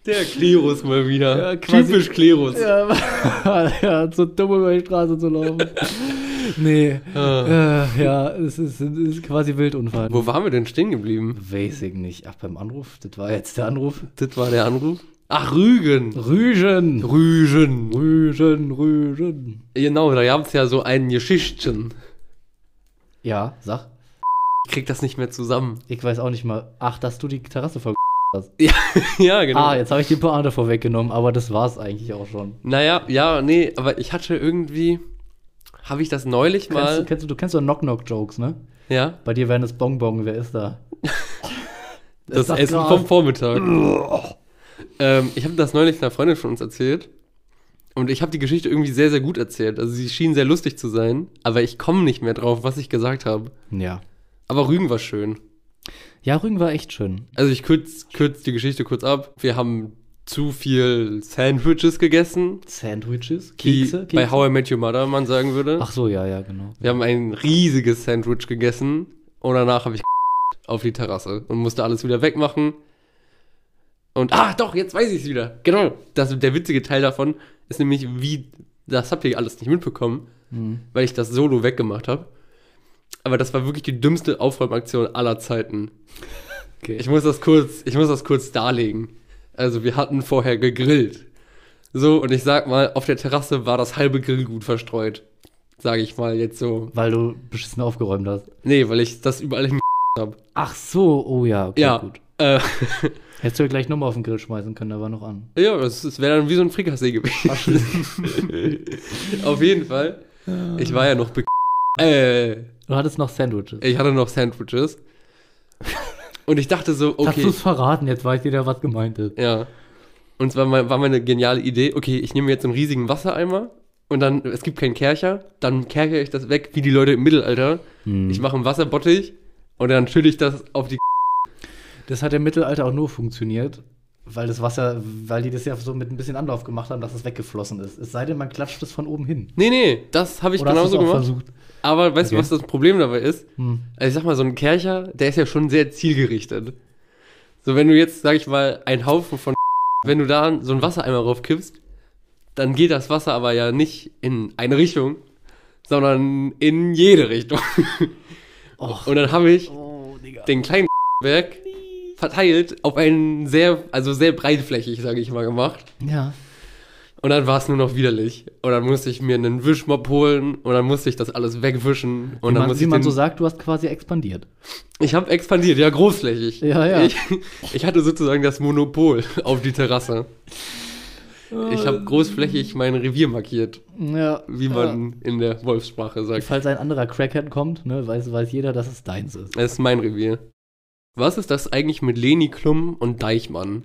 Speaker 1: Der Klerus mal wieder.
Speaker 2: Ja, quasi-
Speaker 1: Typisch Klerus.
Speaker 2: Ja, ja, so dumm über die Straße zu laufen. nee, äh, ja, es ist, es ist quasi Wildunfall.
Speaker 1: Wo waren wir denn stehen geblieben?
Speaker 2: Weiß ich nicht. Ach, beim Anruf? Das war jetzt der Anruf?
Speaker 1: Das war der Anruf. Ach, Rügen.
Speaker 2: Rügen!
Speaker 1: Rügen.
Speaker 2: Rügen, Rügen.
Speaker 1: Genau, da gab es ja so einen Geschichten.
Speaker 2: Ja, sag.
Speaker 1: Ich krieg das nicht mehr zusammen.
Speaker 2: Ich weiß auch nicht mal. Ach, dass du die Terrasse voll hast.
Speaker 1: ja, genau.
Speaker 2: Ah, jetzt habe ich die Pointe vorweggenommen, aber das war's eigentlich auch schon.
Speaker 1: Naja, ja, nee, aber ich hatte irgendwie. Habe ich das neulich
Speaker 2: Kennst du,
Speaker 1: mal.
Speaker 2: kennst du, du kennst doch Knock-Knock-Jokes, ne?
Speaker 1: Ja,
Speaker 2: Bei dir wären es Bonbon, wer ist da?
Speaker 1: das,
Speaker 2: ist doch
Speaker 1: Essen
Speaker 2: krass.
Speaker 1: vom Vormittag. ähm, ich habe das neulich einer Freundin von uns erzählt. Und ich habe die Geschichte irgendwie sehr, sehr gut erzählt. Also, sie schien sehr lustig zu sein. Aber ich komme nicht mehr drauf, was ich gesagt habe.
Speaker 2: Ja.
Speaker 1: Aber Rügen war schön.
Speaker 2: Ja, Rügen war echt schön.
Speaker 1: Also, ich kürze kürz die Geschichte kurz ab. Wir haben zu viel Sandwiches gegessen.
Speaker 2: Sandwiches,
Speaker 1: Wie
Speaker 2: Kekse, Kekse.
Speaker 1: bei How I Met Your Mother man sagen würde.
Speaker 2: Ach so, ja, ja, genau.
Speaker 1: Wir haben ein riesiges Sandwich gegessen und danach habe ich auf die Terrasse und musste alles wieder wegmachen. Und ah, doch, jetzt weiß ich es wieder. Genau. Das, der witzige Teil davon ist nämlich, wie, das habt ihr alles nicht mitbekommen, weil ich das Solo weggemacht habe. Aber das war wirklich die dümmste Aufräumaktion aller Zeiten.
Speaker 2: Okay.
Speaker 1: Ich muss das kurz, ich muss das kurz darlegen. Also wir hatten vorher gegrillt. So, und ich sag mal, auf der Terrasse war das halbe Grillgut verstreut. Sage ich mal jetzt so.
Speaker 2: Weil du beschissen aufgeräumt hast.
Speaker 1: Nee, weil ich das überall hin habe.
Speaker 2: Ach so, oh ja, okay,
Speaker 1: Ja.
Speaker 2: gut.
Speaker 1: Äh,
Speaker 2: Hättest du ja gleich nochmal auf den Grill schmeißen können, da war noch an.
Speaker 1: ja, es, es wäre dann wie so ein Frikassee gewesen. auf jeden Fall. Ich war ja noch be äh,
Speaker 2: Du hattest noch Sandwiches.
Speaker 1: ich hatte noch Sandwiches. Und ich dachte so,
Speaker 2: Hast du
Speaker 1: okay.
Speaker 2: es verraten? Jetzt weiß jeder, was gemeint ist.
Speaker 1: Ja. Und zwar mein- war meine geniale Idee, okay, ich nehme jetzt einen riesigen Wassereimer und dann, es gibt keinen Kercher, dann kerchere ich das weg wie die Leute im Mittelalter.
Speaker 2: Hm. Mhm.
Speaker 1: Ich mache einen Wasserbottich und dann schütte ich das auf die.
Speaker 2: Das hat im Mittelalter auch nur funktioniert, Weil das Wasser, weil die das ja so mit ein bisschen Anlauf gemacht haben, dass es weggeflossen ist. Es sei denn, man klatscht es von oben hin.
Speaker 1: Nee, nee, das habe ich
Speaker 2: Oder hast
Speaker 1: genauso
Speaker 2: du es auch
Speaker 1: gemacht.
Speaker 2: versucht?
Speaker 1: Aber weißt du,
Speaker 2: Okay.
Speaker 1: was das Problem dabei ist?
Speaker 2: Hm.
Speaker 1: Also ich sag mal, so ein Kercher, der ist ja schon sehr zielgerichtet. So, wenn du jetzt, sag ich mal, einen Haufen von wenn du da so einen Wassereimer raufkippst, dann geht das Wasser aber ja nicht in eine Richtung, sondern in jede Richtung.
Speaker 2: Och.
Speaker 1: Und dann habe ich
Speaker 2: Oh, Digga.
Speaker 1: den kleinen Berg verteilt auf einen sehr, also sehr breitflächig, sage ich mal, gemacht.
Speaker 2: Ja.
Speaker 1: Und dann war es nur noch widerlich. Und dann musste ich mir einen Wischmopp holen und dann musste ich das alles wegwischen. Und dann
Speaker 2: Wie man,
Speaker 1: musste
Speaker 2: wie
Speaker 1: ich
Speaker 2: man
Speaker 1: den-
Speaker 2: so sagt, du hast quasi expandiert.
Speaker 1: Ich habe expandiert, ja, großflächig.
Speaker 2: Ja, ja.
Speaker 1: Ich, ich hatte sozusagen das Monopol auf die Terrasse. Ich habe großflächig mein Revier markiert,
Speaker 2: Ja.
Speaker 1: wie man in der Wolfssprache sagt.
Speaker 2: Falls ein anderer Crackhead kommt, ne, weiß, weiß jeder, dass es deins ist.
Speaker 1: Es ist mein Revier. Was ist das eigentlich mit Leni Klum und Deichmann?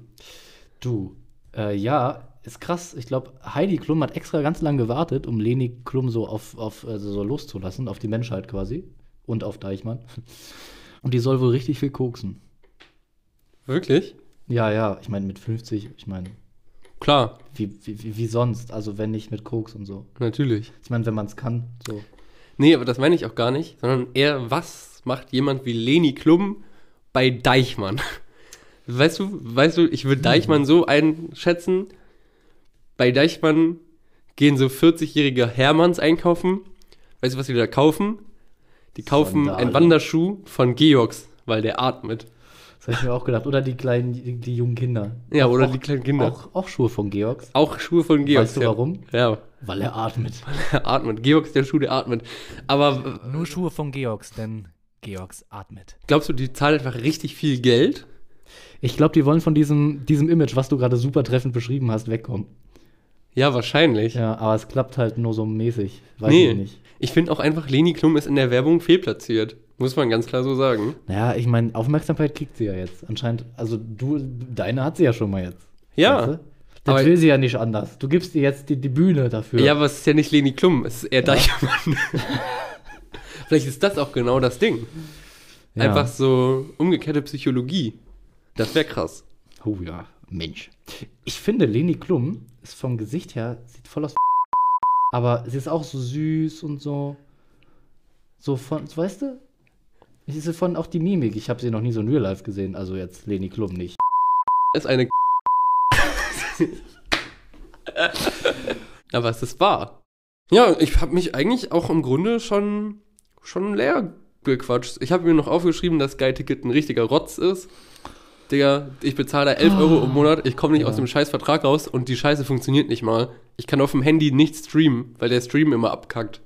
Speaker 2: Du. Äh, ja, ist krass. Ich glaube, Heidi Klum hat extra ganz lang gewartet, um Leni Klum so auf, auf also so loszulassen, auf die Menschheit quasi. Und auf Deichmann. Und die soll wohl richtig viel koksen.
Speaker 1: Wirklich?
Speaker 2: Ja, ja, ich meine mit 50, ich meine,
Speaker 1: Klar,
Speaker 2: wie, wie, wie- wie sonst? Also wenn nicht mit Koks und so.
Speaker 1: natürlich.
Speaker 2: Ich meine, wenn man es kann, so.
Speaker 1: Nee, aber das meine ich auch gar nicht, sondern eher, was macht jemand wie Leni Klum bei Deichmann? Weißt du, weißt du,
Speaker 2: Hm.
Speaker 1: ich würde Deichmann so einschätzen, bei Deichmann gehen so 40-jährige Hermanns einkaufen. Weißt du, was die da kaufen? Die kaufen
Speaker 2: Sandalen.
Speaker 1: einen Wanderschuh von Georgs, weil der atmet.
Speaker 2: Das habe ich mir auch gedacht. Oder die kleinen, die, die jungen Kinder.
Speaker 1: Ja, oder
Speaker 2: auch,
Speaker 1: die kleinen Kinder. Auch,
Speaker 2: Auch, auch Schuhe von Georgs,
Speaker 1: Schuhe von Georgs.
Speaker 2: Weißt du
Speaker 1: ja.
Speaker 2: warum?
Speaker 1: Ja,
Speaker 2: weil er atmet.
Speaker 1: der atmet. Georgs, der Schuh, der atmet. Aber
Speaker 4: Nur Schuhe von Georgs, denn Georgs atmet.
Speaker 1: glaubst du, die zahlen einfach richtig viel Geld?
Speaker 2: Ich glaube, die wollen von diesem, diesem Image, was du gerade super treffend beschrieben hast, wegkommen.
Speaker 1: Ja, wahrscheinlich.
Speaker 2: Ja, aber es klappt halt nur so mäßig. Weiß
Speaker 1: nee,
Speaker 2: ich nicht.
Speaker 1: ich finde auch einfach, Leni Klum ist in der Werbung fehlplatziert. Muss man ganz klar so sagen.
Speaker 2: Naja, ich meine, Aufmerksamkeit kriegt sie ja jetzt. Anscheinend, also du, deine hat sie ja schon mal jetzt.
Speaker 1: Ja.
Speaker 2: Weißt du? Das
Speaker 1: Aber-
Speaker 2: will sie ja nicht anders. Du gibst ihr jetzt die, die Bühne dafür.
Speaker 1: Ja, aber es ist ja nicht Leni Klum, es ist eher Deichmann. Vielleicht ist das auch genau das Ding.
Speaker 2: Ja.
Speaker 1: Einfach so umgekehrte Psychologie. Das wäre krass.
Speaker 2: Oh ja, Mensch. Ich finde, Leni Klum ist vom Gesicht her, sieht voll aus. Aber sie ist auch so süß und so. So von, so, weißt du? Ich sehe von auch die Mimik. Ich habe sie noch nie so in Real Life gesehen. Also jetzt Leni Klum nicht.
Speaker 1: Ist eine. aber es ist wahr. Ja, ich habe mich eigentlich auch im Grunde schon, schon leer gequatscht. Ich habe mir noch aufgeschrieben, dass Sky-Ticket ein richtiger Rotz ist. Digga, ich bezahle da 11 Euro im Monat, ich komme nicht aus dem scheiß Vertrag raus und die Scheiße funktioniert nicht mal. Ich kann auf dem Handy nicht streamen, weil der Stream immer abkackt.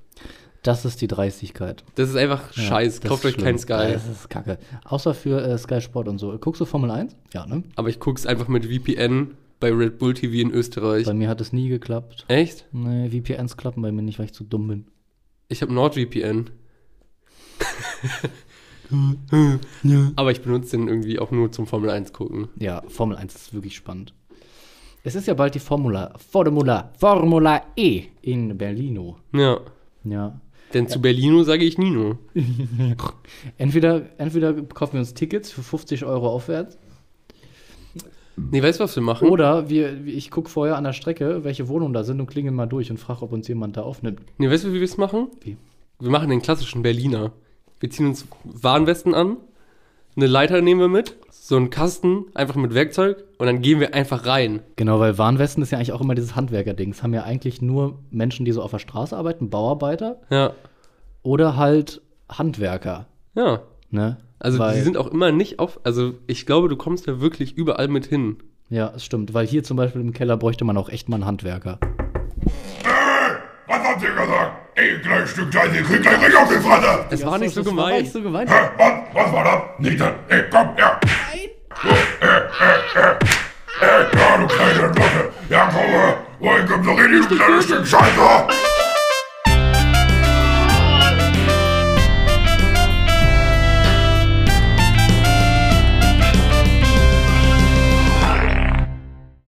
Speaker 2: Das ist die Dreistigkeit.
Speaker 1: Das ist einfach
Speaker 2: Ja,
Speaker 1: scheiß.
Speaker 2: das
Speaker 1: Kauft
Speaker 2: ist
Speaker 1: euch
Speaker 2: schlimm.
Speaker 1: keinen Sky.
Speaker 2: Das ist kacke. Außer für äh, Sky Sport und so. Guckst du Formel 1? Ja, ne?
Speaker 1: Aber ich guck's einfach mit VPN bei Red Bull TV in Österreich.
Speaker 2: Bei mir hat es nie geklappt.
Speaker 1: Echt?
Speaker 2: Nee, VPNs klappen bei mir nicht, weil ich zu dumm bin.
Speaker 1: Ich habe NordVPN. Aber ich benutze den irgendwie auch nur zum Formel 1 gucken.
Speaker 2: Ja, Formel 1 ist wirklich spannend. Es ist ja bald die Formula, Formula, Formula E in Berlino.
Speaker 1: Ja.
Speaker 2: Ja.
Speaker 1: Denn zu Berlino sage ich Nino.
Speaker 2: Entweder, entweder kaufen wir uns Tickets für 50 Euro aufwärts
Speaker 1: Nee, weißt du, was wir machen?
Speaker 2: oder wir, ich gucke vorher an der Strecke, welche Wohnungen da sind und klingel mal durch und frage, ob uns jemand da aufnimmt.
Speaker 1: Nee, weißt du, wie wir es machen?
Speaker 2: Wie?
Speaker 1: Wir machen den klassischen Berliner. Wir ziehen uns Warnwesten an, eine Leiter nehmen wir mit, so einen Kasten, einfach mit Werkzeug und dann gehen wir einfach rein.
Speaker 2: Genau, weil Warnwesten ist ja eigentlich auch immer dieses Handwerkerding. Das haben ja eigentlich nur Menschen, die so auf der Straße arbeiten, Bauarbeiter
Speaker 1: Ja.
Speaker 2: oder halt Handwerker.
Speaker 1: Ja.
Speaker 2: Ne?
Speaker 1: Also
Speaker 2: Weil-
Speaker 1: die sind auch immer nicht auf. Also ich glaube, du kommst da wirklich überall mit hin.
Speaker 2: Ja, es stimmt. Weil hier zum Beispiel im Keller bräuchte man auch echt mal einen Handwerker.
Speaker 5: Was habt ihr gesagt? Ey, kleines Stück Scheiße, ihr kriegt gleich recht auf die Fresse!
Speaker 1: Es war nicht so gemeint.
Speaker 2: nicht so gemeint.
Speaker 5: Hä, was? Was war das? Nicht das? Ey, komm äh, her! äh, Nein! Ey, ja, du kleine Blöcke! Ja, komm her! Oh, ich geb dir richtig kleines Stück Scheiße!